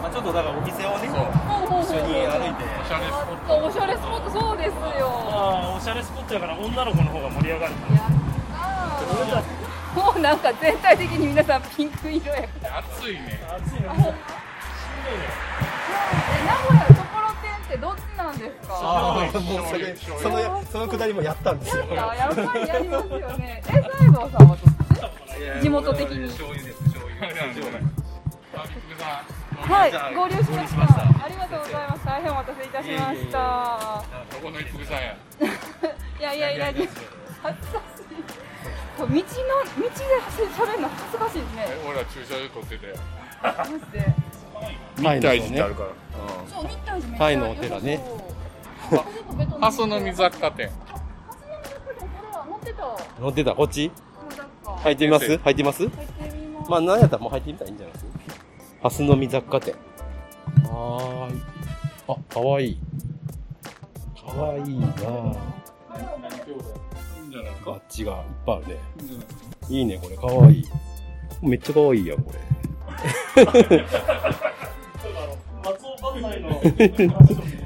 Speaker 12: あちょっとだからお店をね、
Speaker 7: ほうほうほう
Speaker 12: いて。
Speaker 5: おしゃれスポッ
Speaker 7: おしゃれスポット、そうですよ。
Speaker 3: あー、おしゃれスポットやから女の子の方が盛り上がる。俺たち
Speaker 7: もうなんか全体的に皆さんピンク色やから。
Speaker 5: ト暑いね
Speaker 3: 暑いの
Speaker 7: あほ
Speaker 3: に。
Speaker 7: え、名古屋ところてんってどっちなんですか。
Speaker 12: ああ、もうそれ、その、そのくだりもやったんですよ。
Speaker 7: あやっぱりやりますよね。え、西郷さんはどっち。地元的に。
Speaker 5: 醤油です醤油あびっくりさ
Speaker 7: はい、合流しました。ありがとうございます。大変お待たせいたしました。
Speaker 5: んどこの一服さんや
Speaker 7: いやいやいや、恥ずかしい。道の、道で喋るの恥ずかしいですね。
Speaker 5: え俺ら駐車場撮ってたよ
Speaker 7: マジで。
Speaker 5: 日体寺ってあるから
Speaker 7: そう、日体寺めっちゃ
Speaker 12: タイのお寺ね
Speaker 7: 良さそう。
Speaker 5: ハソの水雑貨店
Speaker 7: 持ってた。
Speaker 12: 乗ってた、こっち
Speaker 7: は
Speaker 12: 履
Speaker 7: い。
Speaker 12: いてみます履いてますまあ、なんやったらもう履いてみたらいいんじゃないですか。ハスの実雑貨店。はーい。あ、かわいい。かわいいなあ
Speaker 5: いいんじゃない
Speaker 12: バッジがいっぱいあるね。
Speaker 5: いいんじゃない
Speaker 12: いいね、これ。かわいい。めっちゃかわいいやん、これ。
Speaker 3: 松尾番内の。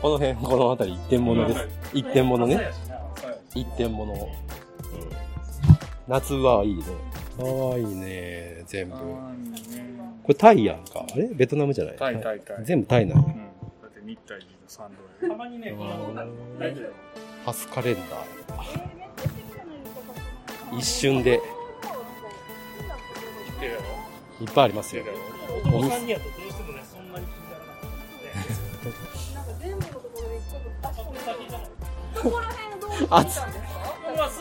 Speaker 12: この辺、この辺り一点物です。一点物ね。一点物。うん、夏はいいね。かわいいね、全部。これタイやんか。あれベトナムじゃない
Speaker 5: タイタイタイ
Speaker 12: 全部タイなの
Speaker 5: う。んだって日体寺の参道
Speaker 3: たまにね、この大丈夫だよ。
Speaker 12: ハスカレンダー。一瞬で。
Speaker 5: や
Speaker 4: いっぱいありますよ。
Speaker 3: お子さんにはどうしてもね、そんなに気にならなかったので。
Speaker 7: どこら辺どう見たんです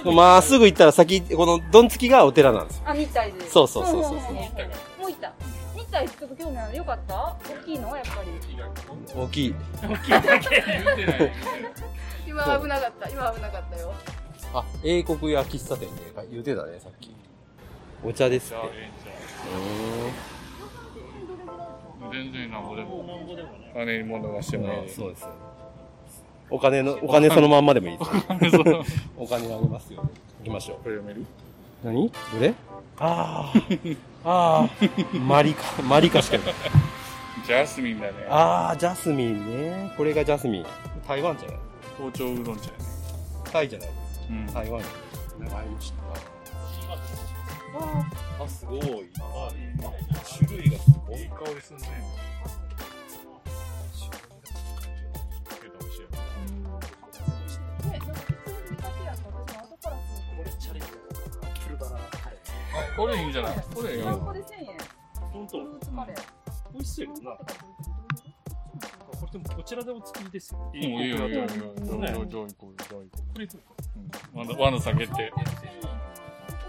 Speaker 7: か
Speaker 4: まっすぐ行ったら先、このどんつきがお寺なんですよ。
Speaker 7: あ、日体です。
Speaker 4: そうそうそうそう
Speaker 7: もう行った。日体ちょっと興味ある。よかった大きいのやっぱり。
Speaker 4: 大きい。
Speaker 7: 大きい
Speaker 4: だ
Speaker 7: け
Speaker 4: 言ってない
Speaker 7: 今危なかった。今危なかったよ。
Speaker 4: あ、英国や喫茶店で言うてたね、さっき。お茶ですって。
Speaker 5: 全然なんぼでも。金に物がしてもらえる。
Speaker 4: そうです。お金の、お金そのまんまでもいいです。
Speaker 5: お金あげますよ。
Speaker 4: 行きましょう。
Speaker 5: これ読める
Speaker 4: 何どれああ。ああ。マリカ、マリカしかない。
Speaker 5: ジャスミンだね。
Speaker 4: ああ、ジャスミンね。これがジャスミン。台湾じゃない
Speaker 5: 包丁うどん茶やね。
Speaker 4: タイじゃない
Speaker 5: うん。
Speaker 4: 台湾。
Speaker 5: 長いの知った。
Speaker 4: あ、すごい。種類がすごい。いい香りするね。
Speaker 5: これいいんじゃないこれいいよ。
Speaker 7: これ千円。
Speaker 3: 本当。美味しそうやけどな。これでもこちらでお作りですよ。
Speaker 5: うんいいよ、いいよ、いいよ。どう
Speaker 3: ね
Speaker 5: どうどう行こう、どう行こう。ワンダ、ワンダさん決定。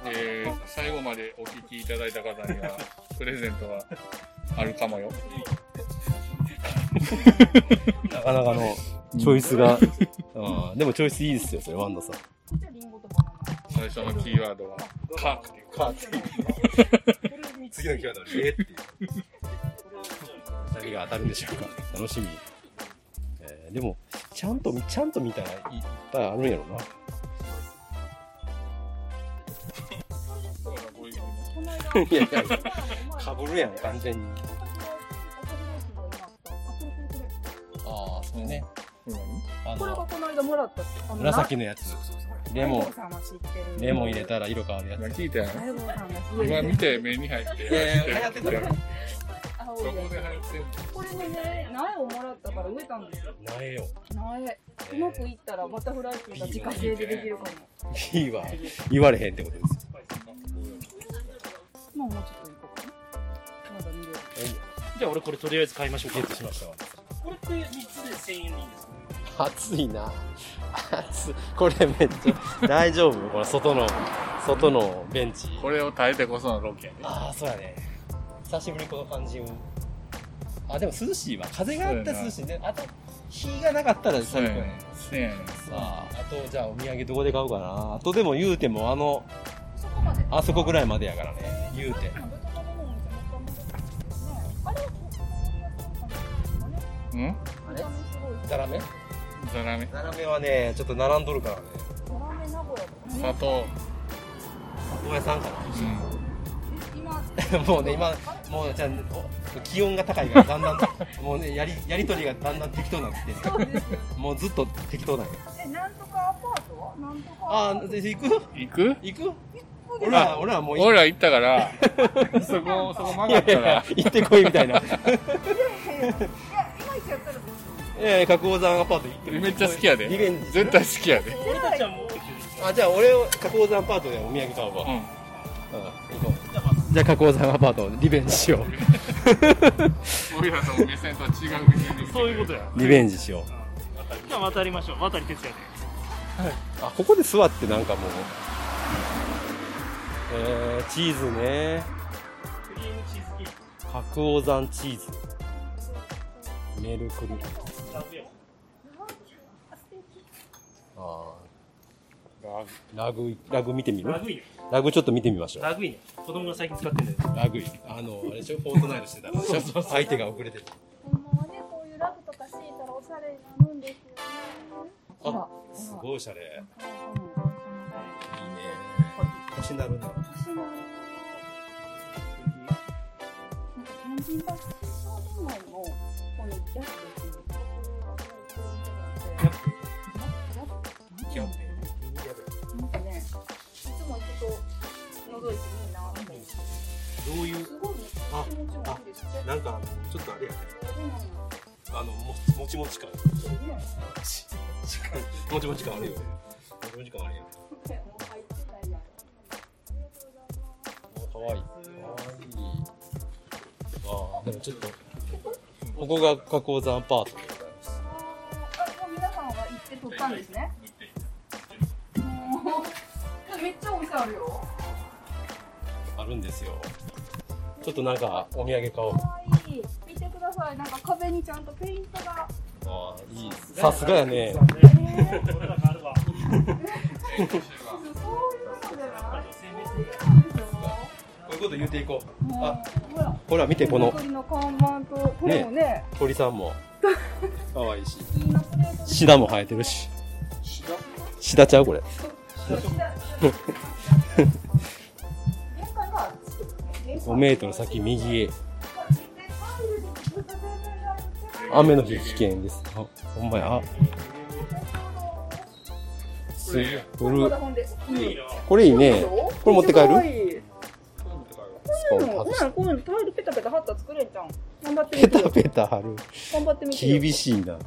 Speaker 5: えー、最後までお聞きいただいた方 には、プレゼントがあるかもよ。
Speaker 4: なかなかの、チョイスが。 うんでもチョイスいいですよ、それ、ワンダさん。
Speaker 5: 最初のキーワードは、カークっていう。カーク
Speaker 4: いう。次のキーワードは、えっていう。何が当たるんでしょうか。楽しみ。えーでも、ちゃんと、ちゃんと見たらいいっぱいあるんやろな。いやいや、かぶるやん、完全に。ああ、それね。あ
Speaker 7: これが
Speaker 4: の、
Speaker 7: この間もらったあな
Speaker 4: 紫のやつ。レモ
Speaker 7: 大悟さんは知って
Speaker 4: ン、
Speaker 7: る
Speaker 4: レモン入れたら色変わるやつ。
Speaker 5: 聞いたや
Speaker 7: 大悟さんがすごい
Speaker 5: 今見て目に入って。
Speaker 4: えー流行ってた
Speaker 5: る
Speaker 7: 青いやつこれもね苗をもらったから植えたんですよ
Speaker 4: 苗を。
Speaker 7: 苗うまくいったらバタフライピーが自家製でできるか
Speaker 4: いいわ。言われへんってことです。
Speaker 7: もまあもうちょっといこうかなまだ見れる
Speaker 3: じゃあ俺これとりあえず買いましょうか。
Speaker 4: ゲットしましたわ。
Speaker 3: これって三つで千円でいいですか。
Speaker 4: 暑いな。暑い。これめっちゃ、大丈夫これ外の、外のベンチ。
Speaker 5: これを耐えてこそのロケやね。
Speaker 4: ああ、そうやね。久しぶりにこの感じを。あ、でも涼しいわ。風があったら涼しいね。あと、日がなかったら最高やね。
Speaker 5: そうやね。
Speaker 4: さあ、あとじゃあお土産どこで買うかな。あとでも言うてもあの、あそこぐらいまでやからね。言うて。
Speaker 5: ん
Speaker 4: あれザラメ
Speaker 5: ザラメ。
Speaker 4: ザラメはね、ちょっと並んどるからね。
Speaker 5: 砂糖。
Speaker 4: 大家さんか
Speaker 7: 今
Speaker 4: な。 もうね、今、もうじゃあお気温が高いから、だん だん、もうね、やり、やりとりがだんだん適当になってきてる、もうずっと適当なんよ。
Speaker 7: えなんとかアパートなんとか
Speaker 4: ああ、で行く
Speaker 5: 行く
Speaker 4: 行く俺ら、俺らもう行
Speaker 5: 俺ら行っ たから、そこ、そこ曲がったら、
Speaker 4: 行ってこいみたい な。い
Speaker 7: 今行っちゃったらどうしよ
Speaker 4: やいや、角王山アパート行って
Speaker 5: めっちゃ好きやで
Speaker 4: リベンジ。
Speaker 5: 絶対好きやで。
Speaker 3: 俺たちはもう
Speaker 4: あ、じゃあ俺を角王山アパートでお土産買うわ。
Speaker 5: うん。
Speaker 4: うん、行こう。じゃあ、加工山アパート、リベンジしよう。
Speaker 5: 俺らのお店とは違う店に行く
Speaker 3: そういうことや。
Speaker 4: リベンジしよう。
Speaker 3: じゃあ渡りましょう。渡り哲也で。
Speaker 4: あ、ここで座ってなんかもう。えー、チーズね。
Speaker 3: クリームチーズケーキ
Speaker 4: 白王山チーズメルクリ
Speaker 3: ラブや。
Speaker 4: あ
Speaker 5: ラグ
Speaker 4: ーラグラグ見てみる
Speaker 3: ラグいね。
Speaker 4: ラグちょっと見てみましょう
Speaker 3: ラグいね。子供が最近使ってるんだよ。
Speaker 4: ラグいあのあれでしょフォートナイトしてたら 相手が遅れてる
Speaker 7: うほんまはねこういうラフとか敷いたらおしゃれになるんですよね
Speaker 4: あすごいおしゃれいいね腰なるね
Speaker 7: 天神橋商店街のこのギャップっていうところがギャップギャップギャップなんかねいつも行くと覗いていいなみたいな
Speaker 4: どういう
Speaker 7: すごいね
Speaker 4: あ
Speaker 7: 気持ちもいいですって
Speaker 4: なんかちょっとあれやね
Speaker 7: そうなんや
Speaker 4: あのももちもち感
Speaker 7: それね
Speaker 4: もちもち感あるよねもちもち感あるよね
Speaker 7: もう入ってないやん
Speaker 4: かわいいかわいい
Speaker 14: でもちょっと、ここが加工山アパートでございます。
Speaker 7: もう皆さんは行って撮ったんですね。もうめっちゃお店あるよ。
Speaker 4: あるんですよ。ちょっとなんか、お土産買おう。
Speaker 7: いい見てください。なんか壁にちゃんとペイントが。
Speaker 4: ああ、いいですさすがやね。こういうこと言うていこう。あ、ほら見てこの
Speaker 7: 手作りの看板とこれもね。
Speaker 4: 鳥さんも、 かわいいし。
Speaker 7: みんなこれを撮って
Speaker 4: シダも生えてるし。シダちゃうこれ。
Speaker 7: 玄関が作ってね
Speaker 4: 5メートル先右へ。雨の日危険です。あほんまや。あすごい。これいいね。これ持って帰る
Speaker 7: る
Speaker 4: こう
Speaker 7: こう
Speaker 4: い
Speaker 7: いうう
Speaker 4: の
Speaker 7: の、こういうのタオルペタペタ貼ったら作れんじゃん。頑張ってみ
Speaker 4: ペ
Speaker 7: てよ
Speaker 4: タペタ貼る。
Speaker 7: 頑張ってみてよ。
Speaker 4: 厳しいな。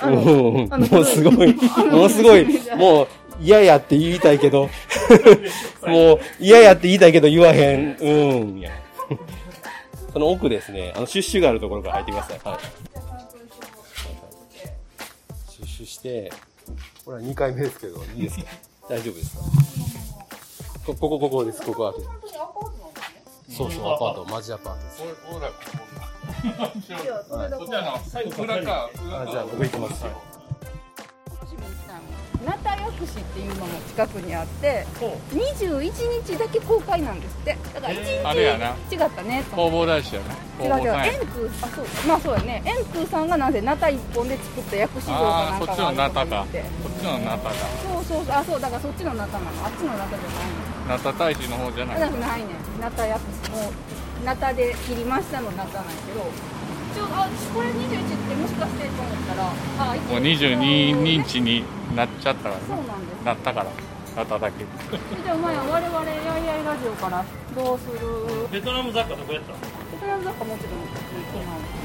Speaker 7: あの
Speaker 4: うん
Speaker 7: あの
Speaker 4: もうすごい、
Speaker 7: あの
Speaker 4: もうす ごい、もう嫌やって言いたいけど、もう嫌やって言いたいけど言わへん、うん、や。その奥ですね、あの、シュッシュがあるところから入ってください。はい。シュッシュして、これは2回目ですけど、いいですか大丈夫ですかこここ、ここです、ここは。そうそう、アパート、マジアパートです。
Speaker 5: ほら、こ
Speaker 7: はい
Speaker 5: こだ。そっちの、裏か、裏
Speaker 4: あ
Speaker 5: か。
Speaker 4: じゃあ、僕行きます。はい
Speaker 7: 仲良くしっていうのも近くにあって21日だけ公開なんですってだから
Speaker 5: え
Speaker 7: 1
Speaker 5: ーあれやな
Speaker 7: 日違ったねと
Speaker 5: 工房大師やな。
Speaker 7: 違
Speaker 5: 工
Speaker 7: う
Speaker 5: 房
Speaker 7: 違う
Speaker 5: さんや
Speaker 7: 円。空あそうまあそうだね円空さんがなぜナタ一本で作った薬師像か
Speaker 5: あ
Speaker 7: なん
Speaker 5: あー、そ
Speaker 7: か
Speaker 5: っちの
Speaker 7: があ
Speaker 5: ナ
Speaker 7: る
Speaker 5: タか。こっちのナタか。
Speaker 7: そうそうそうあそうだからそっちのナタなのあっちのナタじゃ
Speaker 5: ナタ大師の方じゃない。
Speaker 7: ないのなくないねナタ薬師もうナタで切りましたのナタなんやけどちょあこれ21ってもしかしてと思ったらあ
Speaker 5: もう22インチになっちゃったから
Speaker 7: そうなんです
Speaker 5: なったから。ナタだけ。
Speaker 7: じゃあまや我々やいやいラジオからどうする
Speaker 3: ベトナム雑貨どこやったの
Speaker 7: ベトナム雑貨もちろん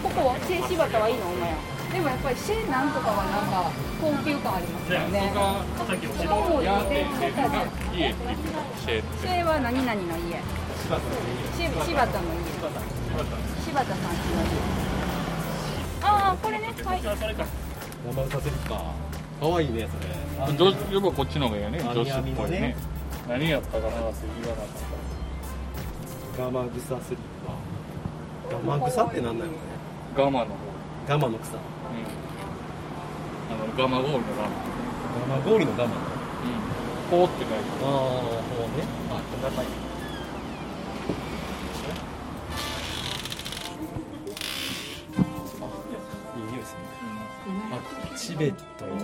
Speaker 7: ここはシェーシバタはいいのお前やでもやっぱりシェーなんとかはなんか高級感ありますよね
Speaker 3: さっき教えて
Speaker 7: ここも
Speaker 3: もら
Speaker 7: 予
Speaker 3: っ
Speaker 7: 定してたじゃん
Speaker 5: 家って言って。
Speaker 7: シェーは何々の家シェ柴田の家柴田さんちの家ああこれねはい
Speaker 4: 頑張るさせるか。かわいいね、それ。
Speaker 5: どうやっぱこっちの方がいいよね。
Speaker 4: あ
Speaker 5: 女子っぽい
Speaker 4: いや
Speaker 5: ね。何やったかなって言わなかっ
Speaker 4: ガマ草スリッパ。ガマ草ってなんだよね。
Speaker 5: た。ガマの方。
Speaker 4: ガマの草。
Speaker 5: あの、ガマゴールのガマ。
Speaker 4: ガマ氷のガマ。
Speaker 5: ほうって書いてある。
Speaker 4: ああ、ほうね。あ、高い。いい匂いですね。あ、チベット。めっ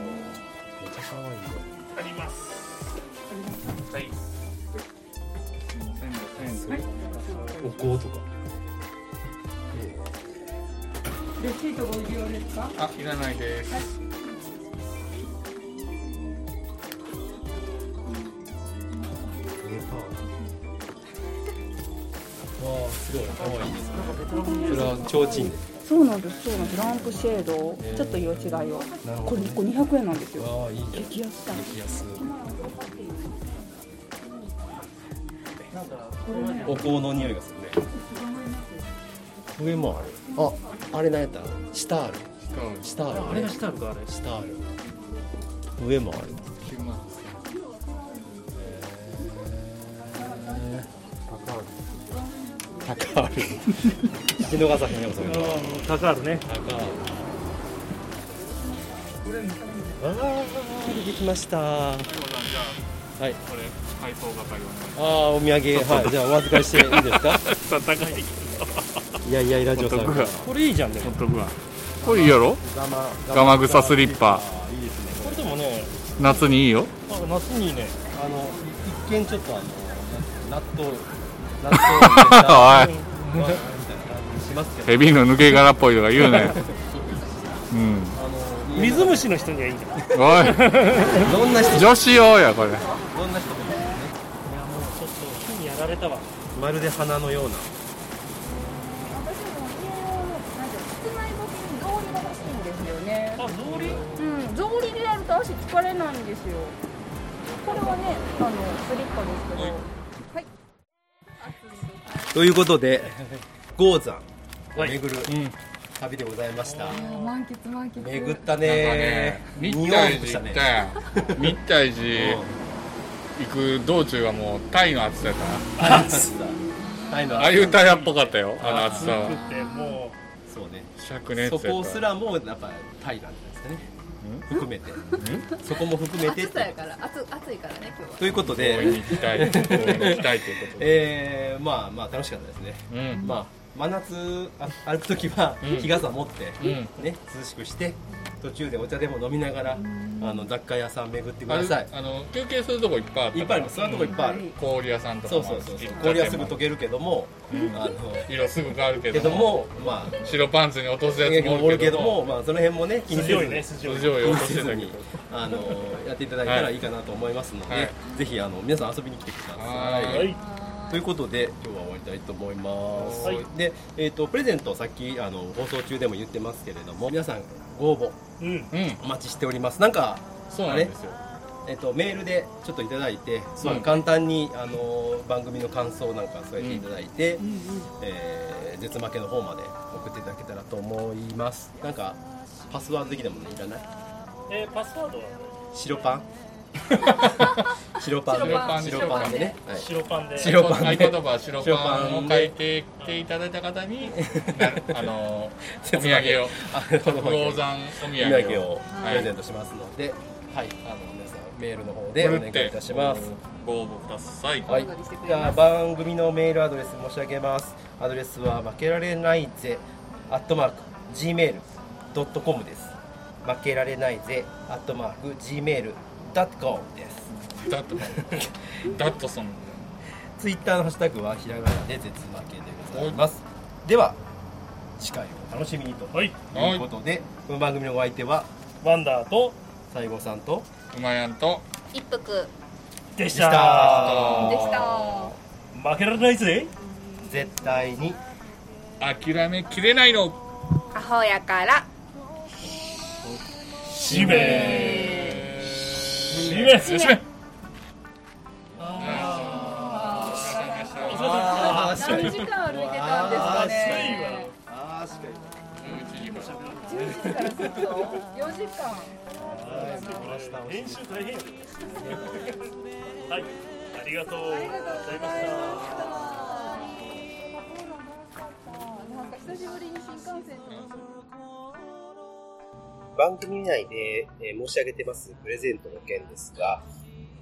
Speaker 4: ちゃ可愛いよ。
Speaker 3: ありますはい
Speaker 4: お香とか。
Speaker 7: レシートご利用ですか
Speaker 5: あ、いらないです。
Speaker 4: わあ、すごい、可愛いですね。それは提灯で。
Speaker 7: そうなんですそうなんですランプシェード
Speaker 4: えー
Speaker 7: ちょっと色違いを
Speaker 4: なるほど
Speaker 7: これ1個200円なんですよ
Speaker 4: わあ、いいね。
Speaker 7: 激安だ
Speaker 4: 激安。
Speaker 7: これね
Speaker 4: お香の匂いがするね。上もある。あ、あれなんやった。シタール。シタール。
Speaker 8: あれがシタールかあれ
Speaker 4: シタール。上もある。高ある。引き逃さへんよ、それは。
Speaker 8: 高あるね
Speaker 4: 高ある。わあ、出てきました。はい。
Speaker 5: これ、配送係
Speaker 4: ああ、お土産、はい、じゃあ、お預かりしていいですか。
Speaker 5: 高い
Speaker 4: いやいや、ラジオさん。
Speaker 8: これいいじゃんでも
Speaker 5: これいいやろ
Speaker 8: ガマ
Speaker 5: ガマ草スリッパ。
Speaker 4: いいです
Speaker 8: こ
Speaker 4: ね。
Speaker 8: れでもね
Speaker 5: 夏にいいよ。
Speaker 8: あ夏にね
Speaker 4: あの一見ちょっとあの納豆納
Speaker 5: 豆
Speaker 4: みたいな感じしますけ
Speaker 5: ヘビの抜け殻っぽいとか言うね。うん。
Speaker 8: 水虫の人にはいいんじゃない
Speaker 5: おい。女子用や、これ。
Speaker 4: どんな人
Speaker 8: いやもうちょっと火にやられたわ
Speaker 4: まるで花のような
Speaker 7: 私も家をなんて室内干しに草履が欲しいんですよね
Speaker 8: 草
Speaker 7: あ
Speaker 8: 履
Speaker 7: うん草履でやると足疲れないんですよこれはねあのスリッパですけどはい
Speaker 4: ということで、ゴーザン、巡る旅でございました。
Speaker 15: 満喫満喫
Speaker 4: 巡った
Speaker 5: なんか
Speaker 4: ね
Speaker 5: ね
Speaker 4: ー。
Speaker 5: 日
Speaker 4: 日本
Speaker 5: 体
Speaker 4: でし
Speaker 5: 寺
Speaker 4: た
Speaker 5: 行
Speaker 4: ね
Speaker 5: ったやん日体寺行く道中がもうタイの暑さやったな
Speaker 4: タイの暑さ
Speaker 5: ああいうタイヤっぽかったよあの暑さは
Speaker 4: てもうそうね
Speaker 5: 灼熱やった
Speaker 4: そこすらもやっぱタイなんですね含めてそこも含めて
Speaker 7: 暑さやから暑暑いからね今日は
Speaker 4: ということで
Speaker 5: 応援に行きたい応援に行きたいとい うことで
Speaker 4: えーまあまあ楽しかったですね、
Speaker 5: うん
Speaker 4: まあ真夏あ歩く時は
Speaker 5: うん
Speaker 4: 日傘持って、
Speaker 5: う
Speaker 4: ね涼しくして途中でお茶でも飲みながらあの雑貨屋さん巡ってください
Speaker 5: あれあの休憩するとこいっぱいあったから
Speaker 4: いっぱいありますそういうとこいっぱいある
Speaker 5: 氷屋さんとか
Speaker 4: そう
Speaker 5: も
Speaker 4: そうそうそう氷はすぐ溶けるけども、あの
Speaker 5: 色すぐ変わるけど
Speaker 4: けどもまあ
Speaker 5: 白パンツに落とすやつも
Speaker 4: もお
Speaker 5: おる
Speaker 4: る
Speaker 5: け
Speaker 4: け
Speaker 5: ど
Speaker 4: ど
Speaker 5: も
Speaker 4: も、まあ、その辺もね、気にせずに、
Speaker 5: 筋をね筋をね落としてたけど
Speaker 4: 気にせずにあのやっていただいたらいいかなと思いますので、
Speaker 5: はい
Speaker 4: ぜひあの皆さん遊びに来てください。
Speaker 5: はい
Speaker 4: ということで、今日は終わりたいと思います。
Speaker 5: はい
Speaker 4: で、えっ、と、プレゼント、さっき、あの、放送中でも言ってますけれども、皆さん、ご応募、お待ちしております。なんか、
Speaker 5: そうなんですよ
Speaker 4: あれ。えっ、と、メールで、ちょっといただいて、まあ
Speaker 5: うん
Speaker 4: 簡単に、あの、番組の感想なんか添えていただいて、えー絶負けの方まで送っていただけたらと思いますなんかパスワード的なものいらない
Speaker 3: えーパスワードは
Speaker 4: 白パン白パンで白パンでねはい
Speaker 3: 白パンで
Speaker 4: 白パンで
Speaker 5: 合言葉は白パンを書い
Speaker 4: で
Speaker 5: てきていただいた方にあのお土
Speaker 4: 絶負
Speaker 5: 産
Speaker 4: け
Speaker 5: を
Speaker 4: あ
Speaker 5: 国宝山お土産
Speaker 4: お
Speaker 5: を
Speaker 4: 土産をプレゼントしますのではいあの皆さんメールの方でお願いいたします
Speaker 5: ご応募ください
Speaker 4: はい、じゃあ番組のメールアドレス申し上げますアドレスは負けられないぜアットマーク Gmail.com です負けられないぜアットマーク Gmail.com です
Speaker 5: ダットダットソン
Speaker 4: ツイッターのハッシュタグはひらがなで絶負けでございますでは次回をお楽しみにということで、この番組のお相手は
Speaker 3: ワンダーと
Speaker 4: 西郷さんと
Speaker 5: うまやんと
Speaker 7: 一服
Speaker 3: で
Speaker 4: でした
Speaker 7: でした
Speaker 3: 負けられないぜ
Speaker 4: 絶対に
Speaker 5: 諦めきれないの
Speaker 7: アホやから
Speaker 3: 使命使命
Speaker 5: 使命
Speaker 4: あー
Speaker 7: 何時間歩いてたんですかね
Speaker 4: あー確かに
Speaker 7: 11時からずっと4時間
Speaker 3: 練習大変やではいありがとうございました
Speaker 7: なんか久しぶりに新幹線
Speaker 1: 番組内で、えー申し上げてますプレゼントの件ですが、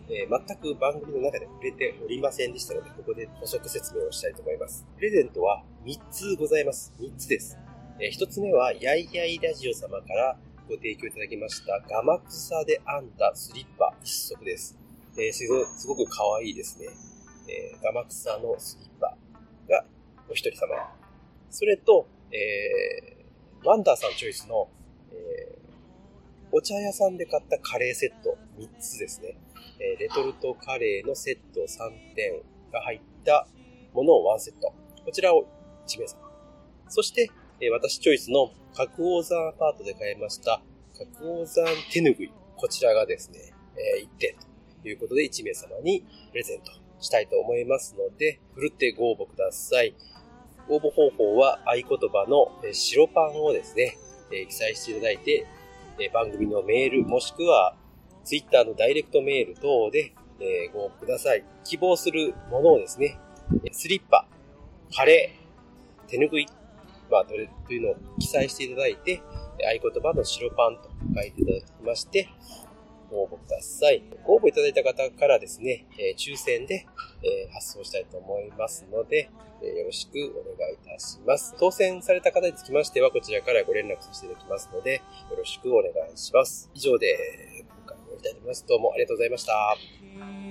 Speaker 1: えー全く番組の中で触れておりませんでしたので、ここで補足説明をしたいと思います。プレゼントは3つございます。3つです。え1つ目は、やいやいラジオ様からご提供いただきました、ガマクサで編んだスリッパ1足です。えーすごすごく可愛いですね。えーガマクサのスリッパがお一人様。それと、えーワンダーさんチョイスの、えーお茶屋さんで買ったカレーセット3つですね。えーレトルトカレーのセット3点が入ったものをワンセット。こちらを1名様。そして、えー私チョイスの角王山アパートで買いました角王山手ぬぐい。こちらがですね、え1点ということで1名様にプレゼントしたいと思いますので、ふるってご応募ください。応募方法は合言葉のえー白パンをですね、えー記載していただいて、えー番組のメールもしくは Twitter のダイレクトメール等で、えーご応募ください。希望するものをですね、えースリッパ、カレー、手ぬぐい、まあ、どれというのを記載していただいて、えー合言葉の白パンと書いていただきまして、ご応募ください。ご応募いただいた方からですね、えー抽選で、えー発送したいと思いますので、えーよろしくお願いいたします。当選された方につきましては、こちらからご連絡させていただきますので、よろしくお願いします。以上で、今回も終わりたいと思います。どうもありがとうございました。
Speaker 7: で